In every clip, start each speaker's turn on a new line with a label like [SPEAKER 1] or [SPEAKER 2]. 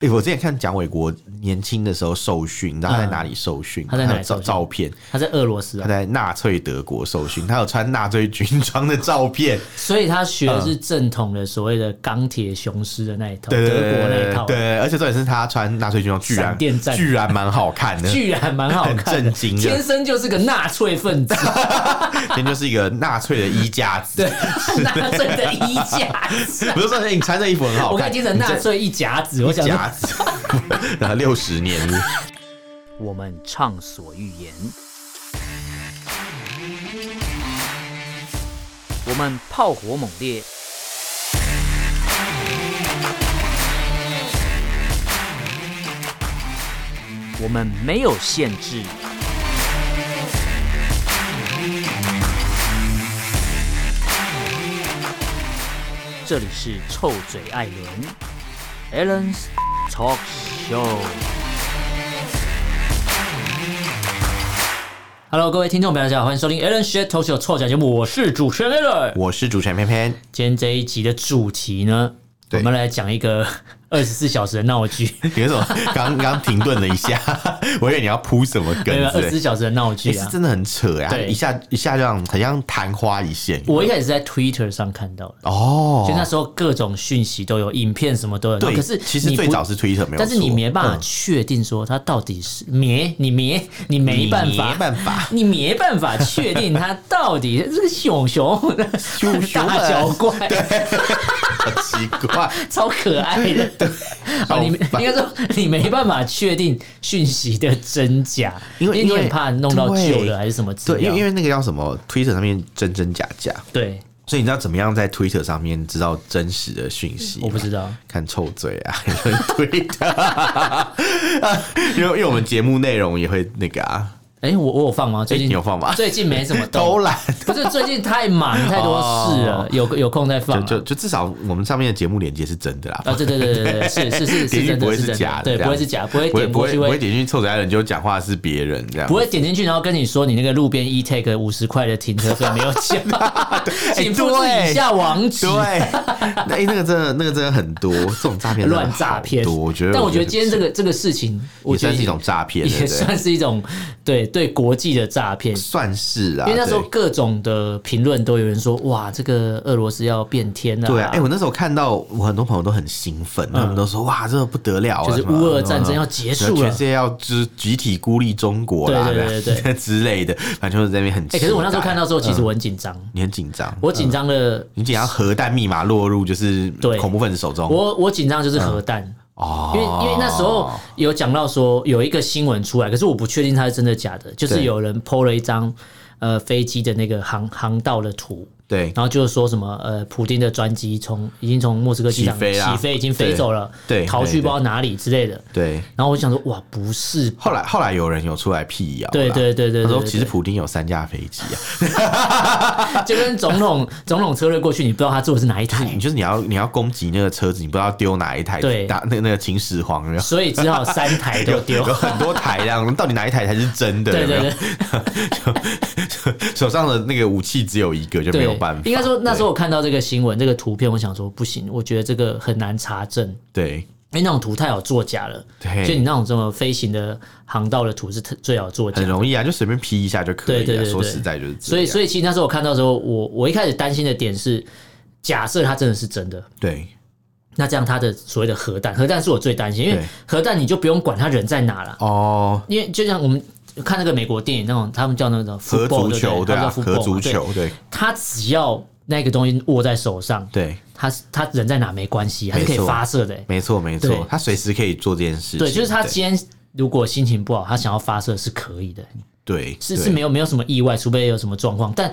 [SPEAKER 1] 哎、我之前看蒋伟国年轻的时候受训，你知道他在哪里受训吗？
[SPEAKER 2] 嗯他在哪里
[SPEAKER 1] 有照
[SPEAKER 2] 受训
[SPEAKER 1] 照片？
[SPEAKER 2] 他在俄罗斯
[SPEAKER 1] 他
[SPEAKER 2] 啊，
[SPEAKER 1] 在纳粹德国受训，他有穿纳粹军装的照片，
[SPEAKER 2] 所以他学的是正统的所谓的钢铁雄狮的那一套，
[SPEAKER 1] 嗯对
[SPEAKER 2] 德
[SPEAKER 1] 对对
[SPEAKER 2] 国那一
[SPEAKER 1] 对
[SPEAKER 2] 套
[SPEAKER 1] 对，，对，而且重点是他穿纳粹军装，居然
[SPEAKER 2] 闪电战
[SPEAKER 1] 居然蛮好看的，
[SPEAKER 2] 居然蛮好看的，
[SPEAKER 1] 很震惊的
[SPEAKER 2] 天生就是个纳粹 分子，
[SPEAKER 1] 这就是一个纳粹的衣架子。
[SPEAKER 2] 对，纳粹的衣架子。啊
[SPEAKER 1] 不是说哎你穿这衣服很好看，
[SPEAKER 2] 我刚才听成纳粹一甲子，我
[SPEAKER 1] 你这
[SPEAKER 2] 想
[SPEAKER 1] 衣
[SPEAKER 2] 说
[SPEAKER 1] 架子， 然后六十年了。
[SPEAKER 2] 我们畅所欲言；我们炮火猛烈；我们没有限制。这里是臭嘴艾伦 a l l e n s Talk Show。Hello，各位听众朋友，大家好，欢迎收听 Alan s h a t Talk Show 臭脚节目，我是主持人 Alan。
[SPEAKER 1] 我是主持人偏偏，
[SPEAKER 2] 今天这一集的主题呢，我
[SPEAKER 1] 对
[SPEAKER 2] 们来讲一个 二十四小时的闹 剧，
[SPEAKER 1] 你为什么刚刚停顿了一下？ 我以为你要铺什么梗
[SPEAKER 2] 对吧？
[SPEAKER 1] 之
[SPEAKER 2] 二十
[SPEAKER 1] 类
[SPEAKER 2] 四
[SPEAKER 1] 的。
[SPEAKER 2] 小时的闹
[SPEAKER 1] 也
[SPEAKER 2] 剧
[SPEAKER 1] 是
[SPEAKER 2] 啊！
[SPEAKER 1] 真的很扯啊！
[SPEAKER 2] 对
[SPEAKER 1] 一下一下就让很像昙花一现。
[SPEAKER 2] 我一开始是在 Twitter 上看到的，
[SPEAKER 1] 哦，
[SPEAKER 2] 就那时候各种讯息都有，影片什么都有。
[SPEAKER 1] 对，
[SPEAKER 2] 可是
[SPEAKER 1] 其实
[SPEAKER 2] 你不
[SPEAKER 1] 最早是 Twitter 没有错，
[SPEAKER 2] 但是你没办法
[SPEAKER 1] 嗯
[SPEAKER 2] 确定说他到底是没你没你没办
[SPEAKER 1] 你
[SPEAKER 2] 法
[SPEAKER 1] 没。办法，
[SPEAKER 2] 你没办法确定他到底这个熊熊
[SPEAKER 1] 熊熊啊
[SPEAKER 2] 大
[SPEAKER 1] 们
[SPEAKER 2] 脚怪
[SPEAKER 1] 好奇 怪，
[SPEAKER 2] 超可爱 的， 哦，你
[SPEAKER 1] 好吧
[SPEAKER 2] 应该说你没办法确定讯息的真假，
[SPEAKER 1] 因为
[SPEAKER 2] 你
[SPEAKER 1] 因为
[SPEAKER 2] 很怕弄到
[SPEAKER 1] 对
[SPEAKER 2] 旧的还是什么资
[SPEAKER 1] 对，因
[SPEAKER 2] 料
[SPEAKER 1] 为因。为那个叫什么，Twitter 上面真真假假，
[SPEAKER 2] 对，
[SPEAKER 1] 所以你知道怎么样在 Twitter 上面知道真实的讯息？
[SPEAKER 2] 我不知。道。
[SPEAKER 1] 看臭嘴啊， 推的，啊 因为因为我们节目内容也会那个啊，
[SPEAKER 2] 哎，我我有放吗？最近
[SPEAKER 1] 你有放吗
[SPEAKER 2] 最近没什 么动
[SPEAKER 1] 偷， 懒，
[SPEAKER 2] 不是最近太忙太多事了
[SPEAKER 1] 哦，
[SPEAKER 2] 有有空再放
[SPEAKER 1] 就
[SPEAKER 2] 啊。
[SPEAKER 1] 就就至少我们上面的节目连接是真的啦，
[SPEAKER 2] 啊，对对对对对，是
[SPEAKER 1] 点
[SPEAKER 2] 是是是
[SPEAKER 1] 进去
[SPEAKER 2] 真
[SPEAKER 1] 不
[SPEAKER 2] 的，
[SPEAKER 1] 会
[SPEAKER 2] 是
[SPEAKER 1] 是
[SPEAKER 2] 真
[SPEAKER 1] 假的，
[SPEAKER 2] 的，对，
[SPEAKER 1] 这
[SPEAKER 2] 不
[SPEAKER 1] 样
[SPEAKER 2] 会是假，不会
[SPEAKER 1] 不会
[SPEAKER 2] 点
[SPEAKER 1] 不
[SPEAKER 2] 过
[SPEAKER 1] 会
[SPEAKER 2] 去
[SPEAKER 1] 不会
[SPEAKER 2] 会
[SPEAKER 1] 点进去臭嘴啊爱人就讲话是别人这样，
[SPEAKER 2] 不会点进去，然后跟你说你那个路边 e take 五十块的停车费没有缴， 请复制以下网址
[SPEAKER 1] 哎对，。 那哎、那个真的那个真的很多，这种诈骗真的
[SPEAKER 2] 乱诈骗，
[SPEAKER 1] 好多，我觉得，
[SPEAKER 2] 但我觉得今天这个这个事情，我
[SPEAKER 1] 也
[SPEAKER 2] 觉得
[SPEAKER 1] 算是一种诈骗，对
[SPEAKER 2] 也
[SPEAKER 1] 不对？
[SPEAKER 2] 算是一种对对国际的诈骗。
[SPEAKER 1] 算是啦，
[SPEAKER 2] 因为那时候
[SPEAKER 1] 对
[SPEAKER 2] 各种的评论都有人说，哇，这个俄罗斯要变天了、
[SPEAKER 1] 对啊，哎、我那时候看到我很多朋友都很兴奋，他们都说哇，这不得了啊，
[SPEAKER 2] 嗯就是
[SPEAKER 1] 什么
[SPEAKER 2] 乌俄战争要结束了
[SPEAKER 1] 全世界要集集体孤立中国啦，
[SPEAKER 2] 对对对对对
[SPEAKER 1] 这样 之类的，反正就是嗯在那边很。哎
[SPEAKER 2] 哎、可是我那时候看到之后，其实我很紧张，
[SPEAKER 1] 你很紧张，
[SPEAKER 2] 我紧张的，
[SPEAKER 1] 你紧张核弹密码落入就是
[SPEAKER 2] 对
[SPEAKER 1] 恐怖分子手中，
[SPEAKER 2] 我我紧张就是核弹。
[SPEAKER 1] 哦，
[SPEAKER 2] 因为因为那时候有讲到说有一个新闻出来，可是我不确定它是真的假的，就是
[SPEAKER 1] 对
[SPEAKER 2] 有人 PO 了一张呃飞机的那个航航道的图，
[SPEAKER 1] 对
[SPEAKER 2] 然后就是说什么呃，普丁的专机从已经从莫斯科机场
[SPEAKER 1] 起飞啦啊
[SPEAKER 2] 已经飞走了，
[SPEAKER 1] 对对
[SPEAKER 2] 逃去
[SPEAKER 1] 对对
[SPEAKER 2] 不知道哪里之类的。
[SPEAKER 1] 对。
[SPEAKER 2] 然后我就想说，哇，不是，
[SPEAKER 1] 后来后来有人有出来辟谣啦，
[SPEAKER 2] 对对对对对
[SPEAKER 1] 他
[SPEAKER 2] 对
[SPEAKER 1] 说
[SPEAKER 2] 对
[SPEAKER 1] 其实普丁有三架飞机啊，
[SPEAKER 2] 就跟总统 总统车队过去，你不知道他坐的是哪一台
[SPEAKER 1] 你，就是你要你要攻击那个车子，你不知道丢哪一台，
[SPEAKER 2] 对
[SPEAKER 1] 打那那个秦始皇有没有
[SPEAKER 2] 所以只好三台都 丢
[SPEAKER 1] 有。很多 台这样，到底哪一台才是真的？
[SPEAKER 2] 对
[SPEAKER 1] 有没有
[SPEAKER 2] 对
[SPEAKER 1] 就 手上的那个武器只有一个，就没
[SPEAKER 2] 对
[SPEAKER 1] 有办法。，
[SPEAKER 2] 应该说那时候
[SPEAKER 1] 候
[SPEAKER 2] 我看到这个新闻，这个图片，我想说不行，我觉得这个很难查证，
[SPEAKER 1] 对
[SPEAKER 2] 因为那种图太好作假了。
[SPEAKER 1] 对
[SPEAKER 2] 所以你那种这么飞行的航道的图是特最好作假
[SPEAKER 1] 很。容易啊，就随便 P 一下就可以了。
[SPEAKER 2] 对对对对
[SPEAKER 1] 说实在就是这样，
[SPEAKER 2] 所以所以其实那时候我看到的时候，我我一开始担心的点是，假设它真的是真的，
[SPEAKER 1] 对
[SPEAKER 2] 那这样他的所谓的核弹，核弹是我最担心，因为
[SPEAKER 1] 对
[SPEAKER 2] 核弹你就不用管他人在哪了，
[SPEAKER 1] 哦，
[SPEAKER 2] 因为就像我们看那个美国电影那种，他们叫那种
[SPEAKER 1] 合
[SPEAKER 2] football
[SPEAKER 1] 足球
[SPEAKER 2] 对不对他
[SPEAKER 1] 啊，
[SPEAKER 2] 们叫
[SPEAKER 1] 合
[SPEAKER 2] football
[SPEAKER 1] 足
[SPEAKER 2] 嘛对
[SPEAKER 1] 球对
[SPEAKER 2] 他只要那个东西握在手上，
[SPEAKER 1] 对，
[SPEAKER 2] 他他人在哪没关系，还是可
[SPEAKER 1] 没
[SPEAKER 2] 以
[SPEAKER 1] 错
[SPEAKER 2] 发射的、欸
[SPEAKER 1] 没错没
[SPEAKER 2] 对
[SPEAKER 1] 错，他随时可以做这件事情。
[SPEAKER 2] 对，就是他今天如果心情不好，他想要发射是可以的、
[SPEAKER 1] 对
[SPEAKER 2] 是
[SPEAKER 1] 对
[SPEAKER 2] 是没有没有什么意外，除非有什么状况。但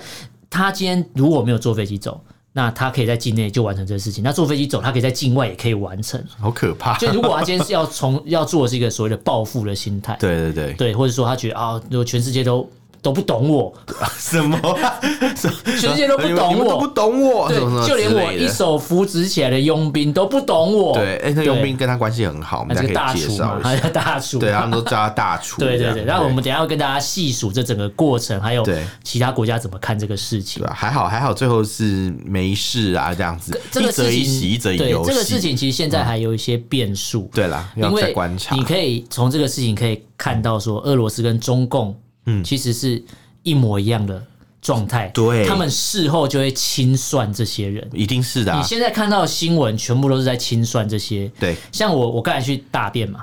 [SPEAKER 2] 他今天如果没有坐飞机走，那他可以在境内就完成这个事情；那坐飞机走，他可以在境外也可以完成。
[SPEAKER 1] 好可怕。
[SPEAKER 2] 就如果他今天 是要从要做的是一个所谓的报复的心 态，
[SPEAKER 1] 对对对
[SPEAKER 2] 对，或者说他觉得啊，如果全世界都都不懂我，
[SPEAKER 1] 什么啊？
[SPEAKER 2] 全世界都不
[SPEAKER 1] 你
[SPEAKER 2] 懂
[SPEAKER 1] 们都不
[SPEAKER 2] 我，
[SPEAKER 1] 懂我，
[SPEAKER 2] 对
[SPEAKER 1] 什么什，么
[SPEAKER 2] 就连
[SPEAKER 1] 之类
[SPEAKER 2] 我
[SPEAKER 1] 的
[SPEAKER 2] 一手扶植起来的佣兵都不懂我。
[SPEAKER 1] 对，哎，那
[SPEAKER 2] 对
[SPEAKER 1] 佣兵跟他关系很好，我
[SPEAKER 2] 那
[SPEAKER 1] 们
[SPEAKER 2] 这
[SPEAKER 1] 大家
[SPEAKER 2] 个大
[SPEAKER 1] 可以介
[SPEAKER 2] 厨
[SPEAKER 1] 绍
[SPEAKER 2] 嘛，
[SPEAKER 1] 一
[SPEAKER 2] 他
[SPEAKER 1] 下。
[SPEAKER 2] 叫 大厨，
[SPEAKER 1] 对，他啊们都叫他大厨。
[SPEAKER 2] 对
[SPEAKER 1] 这
[SPEAKER 2] 对
[SPEAKER 1] 样
[SPEAKER 2] 对，然后我们等一下要跟大家细数这整个过程，还有
[SPEAKER 1] 对
[SPEAKER 2] 其他国家怎么看这个事情
[SPEAKER 1] 对。吧？还好还好，最后是没事啊，这样子。
[SPEAKER 2] 这个
[SPEAKER 1] 一则
[SPEAKER 2] 事
[SPEAKER 1] 以
[SPEAKER 2] 情
[SPEAKER 1] 喜，一则以
[SPEAKER 2] 对
[SPEAKER 1] 忧。
[SPEAKER 2] 这个事，情其实现在还有一些变数，
[SPEAKER 1] 对啦，要
[SPEAKER 2] 因
[SPEAKER 1] 再
[SPEAKER 2] 为
[SPEAKER 1] 观察
[SPEAKER 2] 你。可以从这个事情可以看到说，俄罗斯跟中共，嗯，其实是一模一样的状态，
[SPEAKER 1] 对
[SPEAKER 2] 他们事后就会清算这些人。
[SPEAKER 1] 一定是的
[SPEAKER 2] 你
[SPEAKER 1] 啊，
[SPEAKER 2] 现在看到的新闻，全部都是在清算这些。
[SPEAKER 1] 对，
[SPEAKER 2] 像我，我刚才去大便嘛，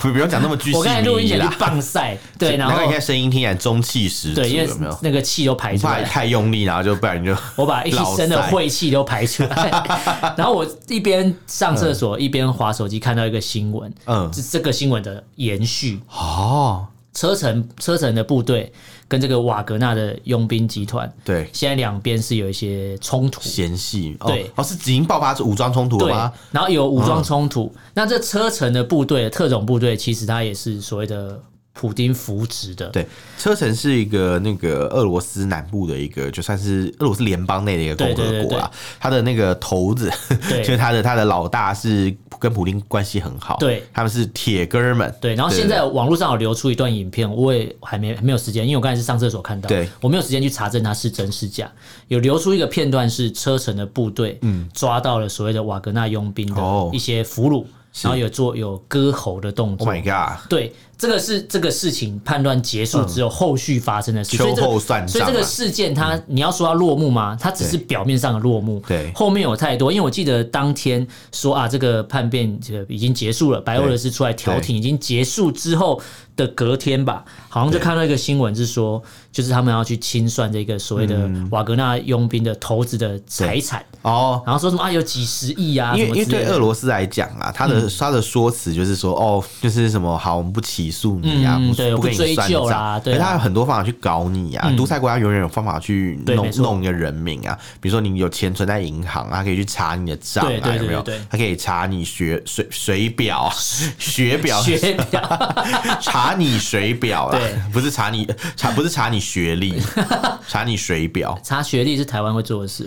[SPEAKER 1] 不不用讲那么具
[SPEAKER 2] 我刚才
[SPEAKER 1] 体
[SPEAKER 2] 录音前
[SPEAKER 1] 啦
[SPEAKER 2] 去。棒晒， 对，然
[SPEAKER 1] 难怪
[SPEAKER 2] 后
[SPEAKER 1] 你现在声音听起来中气十足，
[SPEAKER 2] 对，因为
[SPEAKER 1] 有没有？
[SPEAKER 2] 那个气都排出
[SPEAKER 1] 怕
[SPEAKER 2] 来
[SPEAKER 1] 你，太用力，然后就不然你就
[SPEAKER 2] 我把一身的晦气都排出来， 然后我一边上厕所一边划手机，看到一个新闻，
[SPEAKER 1] 嗯
[SPEAKER 2] 是这个新闻的延续，
[SPEAKER 1] 哦，
[SPEAKER 2] 车臣车臣的部队跟这个瓦格纳的佣兵集团，
[SPEAKER 1] 对，
[SPEAKER 2] 现在两边是有一些冲突，
[SPEAKER 1] 嫌隙哦
[SPEAKER 2] 对
[SPEAKER 1] 哦，是已经爆发出武装冲突
[SPEAKER 2] 对
[SPEAKER 1] 了吗？，嗯
[SPEAKER 2] 然后有武装冲突。那这车臣的部队特种部队，其实它也是所谓的普丁扶植的，
[SPEAKER 1] 对，车臣是一个那个俄罗斯南部的一个，就算是俄罗斯联邦内的一个共
[SPEAKER 2] 对对
[SPEAKER 1] 和
[SPEAKER 2] 对
[SPEAKER 1] 国
[SPEAKER 2] 对
[SPEAKER 1] 啦。他的那个头子，
[SPEAKER 2] 对
[SPEAKER 1] 就是他的他的老大是跟普丁关系很好，
[SPEAKER 2] 对
[SPEAKER 1] 他们是铁哥们，
[SPEAKER 2] 对，然后现在网络上有流出一段影片，我也还没没有时间，因为我刚才是上厕所看到，
[SPEAKER 1] 对
[SPEAKER 2] 我没有时间去查证它是真是假。有流出一个片段是车臣的部队，嗯，抓到了所谓的瓦格纳佣兵
[SPEAKER 1] 哦
[SPEAKER 2] 的一些俘虏，然后有做有割喉的动作。
[SPEAKER 1] ，Oh my god，
[SPEAKER 2] 对，这个是这个事情判断结束之后、后续发生的事，所
[SPEAKER 1] 嗯
[SPEAKER 2] 以
[SPEAKER 1] 秋
[SPEAKER 2] 这个
[SPEAKER 1] 后算
[SPEAKER 2] 所以
[SPEAKER 1] 账
[SPEAKER 2] 这个
[SPEAKER 1] 啊。
[SPEAKER 2] 事件它，你要说它落幕吗？它只是表面上的落幕，
[SPEAKER 1] 对
[SPEAKER 2] 后面有太多。因为我记得当天说啊，这个叛变这个已经结束了，白俄罗斯出来调停已经结束之后的隔天吧，好像就看到一个新闻是说，就是他们要去清算这个所谓的
[SPEAKER 1] 嗯
[SPEAKER 2] 瓦格纳佣兵的头子的财产，
[SPEAKER 1] 哦，
[SPEAKER 2] 然后说什么啊有几十亿啊，
[SPEAKER 1] 因为
[SPEAKER 2] 什
[SPEAKER 1] 因
[SPEAKER 2] 么
[SPEAKER 1] 为
[SPEAKER 2] 之类
[SPEAKER 1] 对
[SPEAKER 2] 的嗯
[SPEAKER 1] 俄罗斯来讲啊，他的他的说辞就是说，哦，就是什么好，我们不起诉你啊，
[SPEAKER 2] 嗯
[SPEAKER 1] 不
[SPEAKER 2] 对
[SPEAKER 1] 不跟
[SPEAKER 2] 不
[SPEAKER 1] 你
[SPEAKER 2] 追
[SPEAKER 1] 算
[SPEAKER 2] 究啦
[SPEAKER 1] 账，
[SPEAKER 2] 对啊嗯
[SPEAKER 1] 可是他有很多方法去搞你啊，独裁国家永远有方法去
[SPEAKER 2] 对
[SPEAKER 1] 弄
[SPEAKER 2] 没错
[SPEAKER 1] 弄一个人民啊，比如说你有钱存在银行啊，他可以去查你的账
[SPEAKER 2] 对
[SPEAKER 1] 啊，
[SPEAKER 2] 对
[SPEAKER 1] 有没有
[SPEAKER 2] 对对对？
[SPEAKER 1] 他可以查你学水水表、啊学表、
[SPEAKER 2] 学表。
[SPEAKER 1] 查你水表啦
[SPEAKER 2] 对，
[SPEAKER 1] 不是查你查不是查你学历， 查你水表，
[SPEAKER 2] 查学历是台湾会做的事，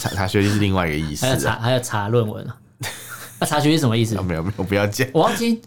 [SPEAKER 1] 查查学历是另外一个意思
[SPEAKER 2] 还有
[SPEAKER 1] 啊。
[SPEAKER 2] 查还有查论文啊。 那、查学历是什么意思
[SPEAKER 1] 啊？没有没有，不要这样。
[SPEAKER 2] 我忘记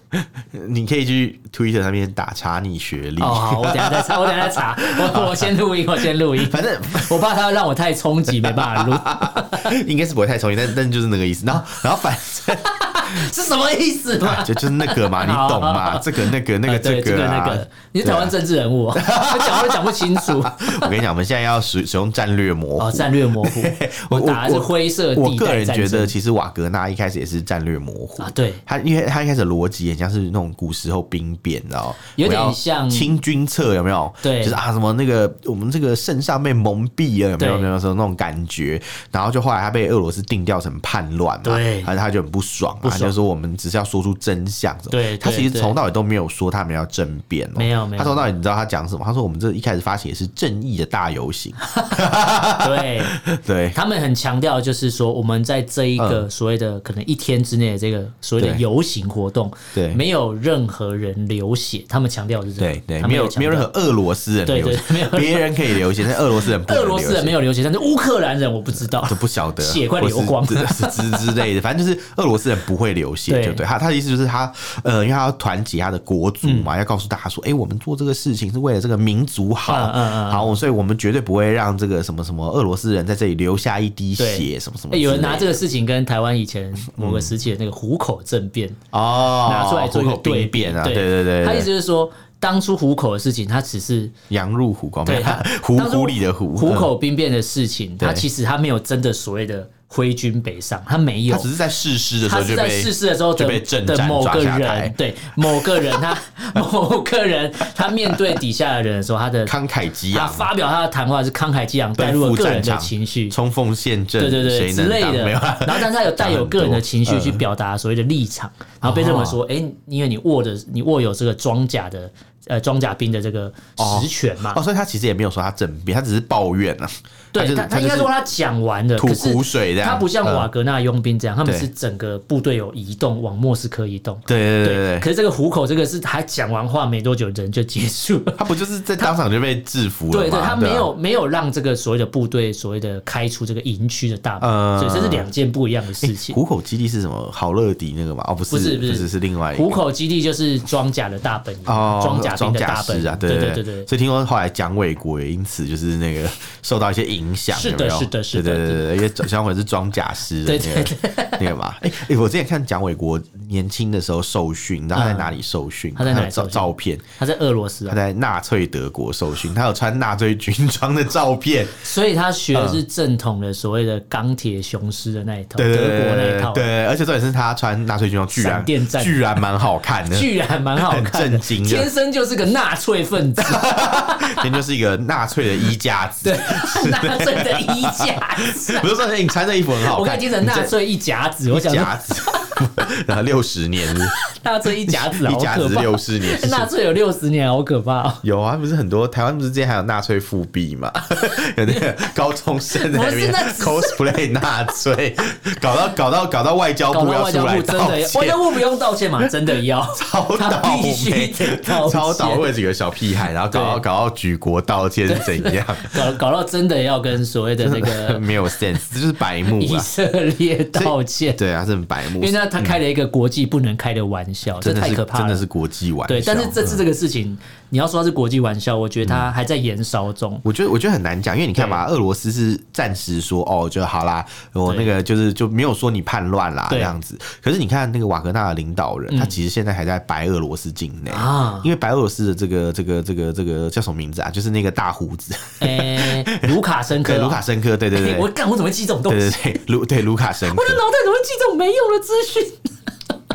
[SPEAKER 1] 你可以去 Twitter 上面打查你学历。
[SPEAKER 2] 哦，好，我等一下再查，我等一下 再查，我我先录音，我先录音，
[SPEAKER 1] 反正
[SPEAKER 2] 我怕他让我太冲击，没办 法录，
[SPEAKER 1] 应该是不会太重音，但但就是那个意思。然后，然后反正
[SPEAKER 2] 是什么意思嘛？
[SPEAKER 1] 就就是那个嘛，你懂 嘛？这个、那个、那个、
[SPEAKER 2] 哦对，这个那
[SPEAKER 1] 啊。
[SPEAKER 2] 个，你是台湾政治人物、哦， 我讲都讲不清楚
[SPEAKER 1] 我跟你讲，我们现在要使使用战略模糊。
[SPEAKER 2] 哦，战略模糊，
[SPEAKER 1] 我
[SPEAKER 2] 我打的是灰色
[SPEAKER 1] 我
[SPEAKER 2] 地
[SPEAKER 1] 个
[SPEAKER 2] 带
[SPEAKER 1] 人
[SPEAKER 2] 战
[SPEAKER 1] 觉得，
[SPEAKER 2] 争
[SPEAKER 1] 其实瓦格纳一开始也是战略模糊
[SPEAKER 2] 啊，。对，
[SPEAKER 1] 他因为他一开始的逻辑很像是那种古时候兵变，你知道吗
[SPEAKER 2] 有点
[SPEAKER 1] 我要
[SPEAKER 2] 像
[SPEAKER 1] 清君侧，有没有？
[SPEAKER 2] 对
[SPEAKER 1] 就是啊什么那个我们这个圣上被蒙蔽了，有没有？有
[SPEAKER 2] 对
[SPEAKER 1] 没有说那种感觉？然后就后来他被俄罗斯定调成叛乱嘛，
[SPEAKER 2] 对
[SPEAKER 1] 然后他就很不爽嘛，
[SPEAKER 2] 不爽
[SPEAKER 1] 他就说我们只是要说出真相什么。
[SPEAKER 2] 对
[SPEAKER 1] 他其实
[SPEAKER 2] 对
[SPEAKER 1] 从到底都没有说他们要政变哦，
[SPEAKER 2] 没有没有
[SPEAKER 1] 他从到底你知道他讲什么？他说我们这一开始发起的是正义的大游 行，
[SPEAKER 2] 对，
[SPEAKER 1] 对。
[SPEAKER 2] 他们很强调，就是说我们在这一个所谓的可能一天之内的这个所谓的
[SPEAKER 1] 嗯对
[SPEAKER 2] 游行活动，
[SPEAKER 1] 对
[SPEAKER 2] 没有任何人流血，他们强调的是这个
[SPEAKER 1] 对对，
[SPEAKER 2] 他们
[SPEAKER 1] 没有
[SPEAKER 2] 强
[SPEAKER 1] 没有任
[SPEAKER 2] 调
[SPEAKER 1] 何俄罗斯人
[SPEAKER 2] 对
[SPEAKER 1] 流
[SPEAKER 2] 对
[SPEAKER 1] 血，
[SPEAKER 2] 没有
[SPEAKER 1] 别人可以流血，但俄罗斯人不能
[SPEAKER 2] 俄罗斯
[SPEAKER 1] 流
[SPEAKER 2] 人
[SPEAKER 1] 血
[SPEAKER 2] 没有流血，但是乌克兰人我不知道
[SPEAKER 1] 都。不晓得
[SPEAKER 2] 血快流光
[SPEAKER 1] 或是之之之类的，反正就是俄罗斯人不会流血，
[SPEAKER 2] 对
[SPEAKER 1] 就对他他的意思就是他呃，因为他要团结他的国族
[SPEAKER 2] 嗯
[SPEAKER 1] 嘛，要告诉大家说，哎、我们做这个事情是为了这个民族好，
[SPEAKER 2] 嗯嗯嗯
[SPEAKER 1] 好，所以我们绝对不会让这个什么什么俄罗斯人在这里流下一滴血，
[SPEAKER 2] 对
[SPEAKER 1] 什么什么之类的、
[SPEAKER 2] 欸有人拿这个事情跟台湾以前某个时期的那个虎口政变、
[SPEAKER 1] 哦
[SPEAKER 2] 拿出来做一个
[SPEAKER 1] 虎口兵
[SPEAKER 2] 对比
[SPEAKER 1] 变啊，对
[SPEAKER 2] 对
[SPEAKER 1] 对对
[SPEAKER 2] 他意
[SPEAKER 1] 对
[SPEAKER 2] 思就是说，当初虎口的事情，他只是
[SPEAKER 1] 羊入虎口，
[SPEAKER 2] 对他
[SPEAKER 1] 虎
[SPEAKER 2] 当初
[SPEAKER 1] 虎里的虎，嗯
[SPEAKER 2] 虎口兵变的事情，
[SPEAKER 1] 对
[SPEAKER 2] 他其实他没有真的所谓的挥军北上，他没
[SPEAKER 1] 嗯，他
[SPEAKER 2] 有
[SPEAKER 1] 只。是在试施的时
[SPEAKER 2] 他
[SPEAKER 1] 候
[SPEAKER 2] 是
[SPEAKER 1] 就
[SPEAKER 2] 在
[SPEAKER 1] 被
[SPEAKER 2] 逝世的时候
[SPEAKER 1] 就
[SPEAKER 2] 的
[SPEAKER 1] 被政
[SPEAKER 2] 的
[SPEAKER 1] 战
[SPEAKER 2] 某
[SPEAKER 1] 抓
[SPEAKER 2] 个
[SPEAKER 1] 下台
[SPEAKER 2] 人，，对某个人， 他某个人，他面对底下的人的时候，他的
[SPEAKER 1] 慷慨激
[SPEAKER 2] 他
[SPEAKER 1] 昂。
[SPEAKER 2] 发表他的谈话是慷慨激昂，带入了个人的情绪，
[SPEAKER 1] 冲锋陷阵，
[SPEAKER 2] 对对对
[SPEAKER 1] 谁
[SPEAKER 2] 之
[SPEAKER 1] 能
[SPEAKER 2] 类
[SPEAKER 1] 挡？
[SPEAKER 2] 的，
[SPEAKER 1] 没有啊，
[SPEAKER 2] 然后但是他有带有个人的情 绪去表达所谓的立场，然后被认为
[SPEAKER 1] 哦
[SPEAKER 2] 说，哎、因为你握着你握有这个装甲的呃装甲兵的这个实权嘛，
[SPEAKER 1] 哦哦，所以他其实也没有说他政变，他只是抱怨啊。
[SPEAKER 2] 对
[SPEAKER 1] 就
[SPEAKER 2] 他
[SPEAKER 1] 他
[SPEAKER 2] 应该
[SPEAKER 1] 就是
[SPEAKER 2] 说他讲完了，
[SPEAKER 1] 吐
[SPEAKER 2] 可是
[SPEAKER 1] 苦水这这样嗯
[SPEAKER 2] 他不像啊瓦格纳佣兵这样，他们
[SPEAKER 1] 对
[SPEAKER 2] 是整个部队有移动往莫斯科移动。
[SPEAKER 1] 对对对对对，
[SPEAKER 2] 可是这个虎口这个是还讲完话没多久人就结束 了。
[SPEAKER 1] 他不就是在当场就被制服了吗？
[SPEAKER 2] 对对，他没
[SPEAKER 1] 啊
[SPEAKER 2] 有没有让这个所谓的部队所谓的开出这个营区的大门，
[SPEAKER 1] 嗯
[SPEAKER 2] 所以这是两件不一样的事情。
[SPEAKER 1] 虎口基地是什么？好乐迪那个吗？哦，不是，
[SPEAKER 2] 不是不
[SPEAKER 1] 不
[SPEAKER 2] 是
[SPEAKER 1] 是，是另外一个
[SPEAKER 2] 虎。口基地就是装甲的大本营，
[SPEAKER 1] 哦，
[SPEAKER 2] 装甲兵的大本
[SPEAKER 1] 师
[SPEAKER 2] 营，
[SPEAKER 1] 啊，
[SPEAKER 2] 对
[SPEAKER 1] 对
[SPEAKER 2] 对对。
[SPEAKER 1] 所以听说后来蒋纬国也因此就是那个 受到一些影响，
[SPEAKER 2] 是
[SPEAKER 1] 有
[SPEAKER 2] 的
[SPEAKER 1] 没有
[SPEAKER 2] 是的是的
[SPEAKER 1] 对对对对，因为蒋纬是装甲师的
[SPEAKER 2] 对
[SPEAKER 1] 那个那个嘛。哎哎，我之前看蒋纬国年轻的时候受训，你知道他在
[SPEAKER 2] 嗯
[SPEAKER 1] 哪里受训吗？
[SPEAKER 2] 他在哪里
[SPEAKER 1] 有照
[SPEAKER 2] 受训
[SPEAKER 1] 照片？
[SPEAKER 2] 他在俄罗斯
[SPEAKER 1] 他
[SPEAKER 2] 啊，
[SPEAKER 1] 在纳粹德国受训，他有穿纳粹军装的照 片，
[SPEAKER 2] 所以他学的是正统的所谓的钢铁雄狮的那一套，
[SPEAKER 1] 嗯对对对
[SPEAKER 2] 德国那一
[SPEAKER 1] 对
[SPEAKER 2] 套啊
[SPEAKER 1] 对，，对而且重点是他穿纳粹军装，居然
[SPEAKER 2] 闪电战
[SPEAKER 1] 居然蛮好看的，
[SPEAKER 2] 居然蛮好看
[SPEAKER 1] 很
[SPEAKER 2] 的，
[SPEAKER 1] 震惊的啊
[SPEAKER 2] 天生就是个纳粹 分子，
[SPEAKER 1] 那就是一个纳粹的衣架子，
[SPEAKER 2] 对，纳粹的衣架子，啊
[SPEAKER 1] 不是说哎你穿这衣服很好
[SPEAKER 2] 我
[SPEAKER 1] 看，
[SPEAKER 2] 刚听成纳粹一甲子，我想说
[SPEAKER 1] 夹子，啊 然后六十 年，
[SPEAKER 2] 纳粹一甲子 啊
[SPEAKER 1] 一
[SPEAKER 2] 好
[SPEAKER 1] 夹
[SPEAKER 2] 可
[SPEAKER 1] 子
[SPEAKER 2] 怕，
[SPEAKER 1] 六十年。
[SPEAKER 2] 纳粹有六十年，好可怕哦。
[SPEAKER 1] 有啊，不是很多台湾不是之前还有纳粹复辟嘛？ 有那个高中生在那边
[SPEAKER 2] 不是那只是
[SPEAKER 1] cosplay 纳粹，搞到搞到搞到外交
[SPEAKER 2] 搞
[SPEAKER 1] 部
[SPEAKER 2] 到
[SPEAKER 1] 要
[SPEAKER 2] 外
[SPEAKER 1] 出
[SPEAKER 2] 交
[SPEAKER 1] 来
[SPEAKER 2] 部真
[SPEAKER 1] 道
[SPEAKER 2] 的要，外
[SPEAKER 1] 歉
[SPEAKER 2] 交，部不用道歉嘛？真的 要，
[SPEAKER 1] 超倒
[SPEAKER 2] 他必须
[SPEAKER 1] 霉
[SPEAKER 2] 得道，歉
[SPEAKER 1] 超倒为几个小屁孩，然后搞到
[SPEAKER 2] 对
[SPEAKER 1] 搞到举国道歉是怎样？
[SPEAKER 2] 搞搞到真的要跟所谓的那 个
[SPEAKER 1] 没有 sense，这就是白目
[SPEAKER 2] 以
[SPEAKER 1] 啊！
[SPEAKER 2] 色列 道歉，
[SPEAKER 1] 对啊，这很白目
[SPEAKER 2] 因为，那他开了一个国际不能开的玩笑，这
[SPEAKER 1] 真的
[SPEAKER 2] 太
[SPEAKER 1] 是
[SPEAKER 2] 可
[SPEAKER 1] 嗯
[SPEAKER 2] 怕
[SPEAKER 1] 真的是
[SPEAKER 2] 了。
[SPEAKER 1] 国际玩笑。嗯
[SPEAKER 2] 对，但是这次这个事情，你要说它是国际玩笑，我觉得它还在延烧中。
[SPEAKER 1] 我觉得我觉得很难讲，因为你看嘛，俄罗斯是暂时说哦，就好啦，我那
[SPEAKER 2] 对
[SPEAKER 1] 个就是就没有说你叛乱啦这
[SPEAKER 2] 对嗯
[SPEAKER 1] 样子。可是你看那个瓦格纳的领导人，他其实现在还在白俄罗斯境内
[SPEAKER 2] 啊
[SPEAKER 1] 因为白俄罗斯的这个这个这个这个叫什么名字啊？就是那个大胡子，
[SPEAKER 2] 诶， 卢卡申科
[SPEAKER 1] 嗯对，
[SPEAKER 2] 啊，
[SPEAKER 1] 卢卡申科，对对对
[SPEAKER 2] 诶，我干，我怎么会记这种东
[SPEAKER 1] 对
[SPEAKER 2] 西？
[SPEAKER 1] 对对，卢对卢卡申科
[SPEAKER 2] 我，的脑袋怎么会记这种没用的资 讯？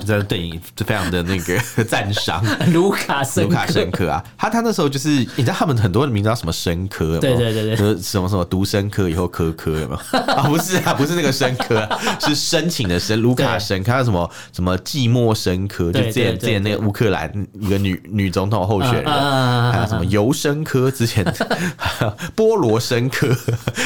[SPEAKER 1] 真的对你非常的那 个赞赏。
[SPEAKER 2] 卢卡申
[SPEAKER 1] 卢
[SPEAKER 2] 科
[SPEAKER 1] 卡，申科啊，他他那时候就是你知道他们很多的名字叫什么申科有没有，
[SPEAKER 2] 对对对对
[SPEAKER 1] 呃，什么什么独生科以后科科有没有？ 啊，不是啊，不是那个申科 啊，是申请的申，卢卡申科，还有什么什么寂寞申科，就
[SPEAKER 2] 对
[SPEAKER 1] 之前
[SPEAKER 2] 对对
[SPEAKER 1] 之前那个乌克兰一个女女总统候选人。
[SPEAKER 2] 嗯嗯嗯嗯嗯
[SPEAKER 1] 还有什么尤申科？之前 波罗申科、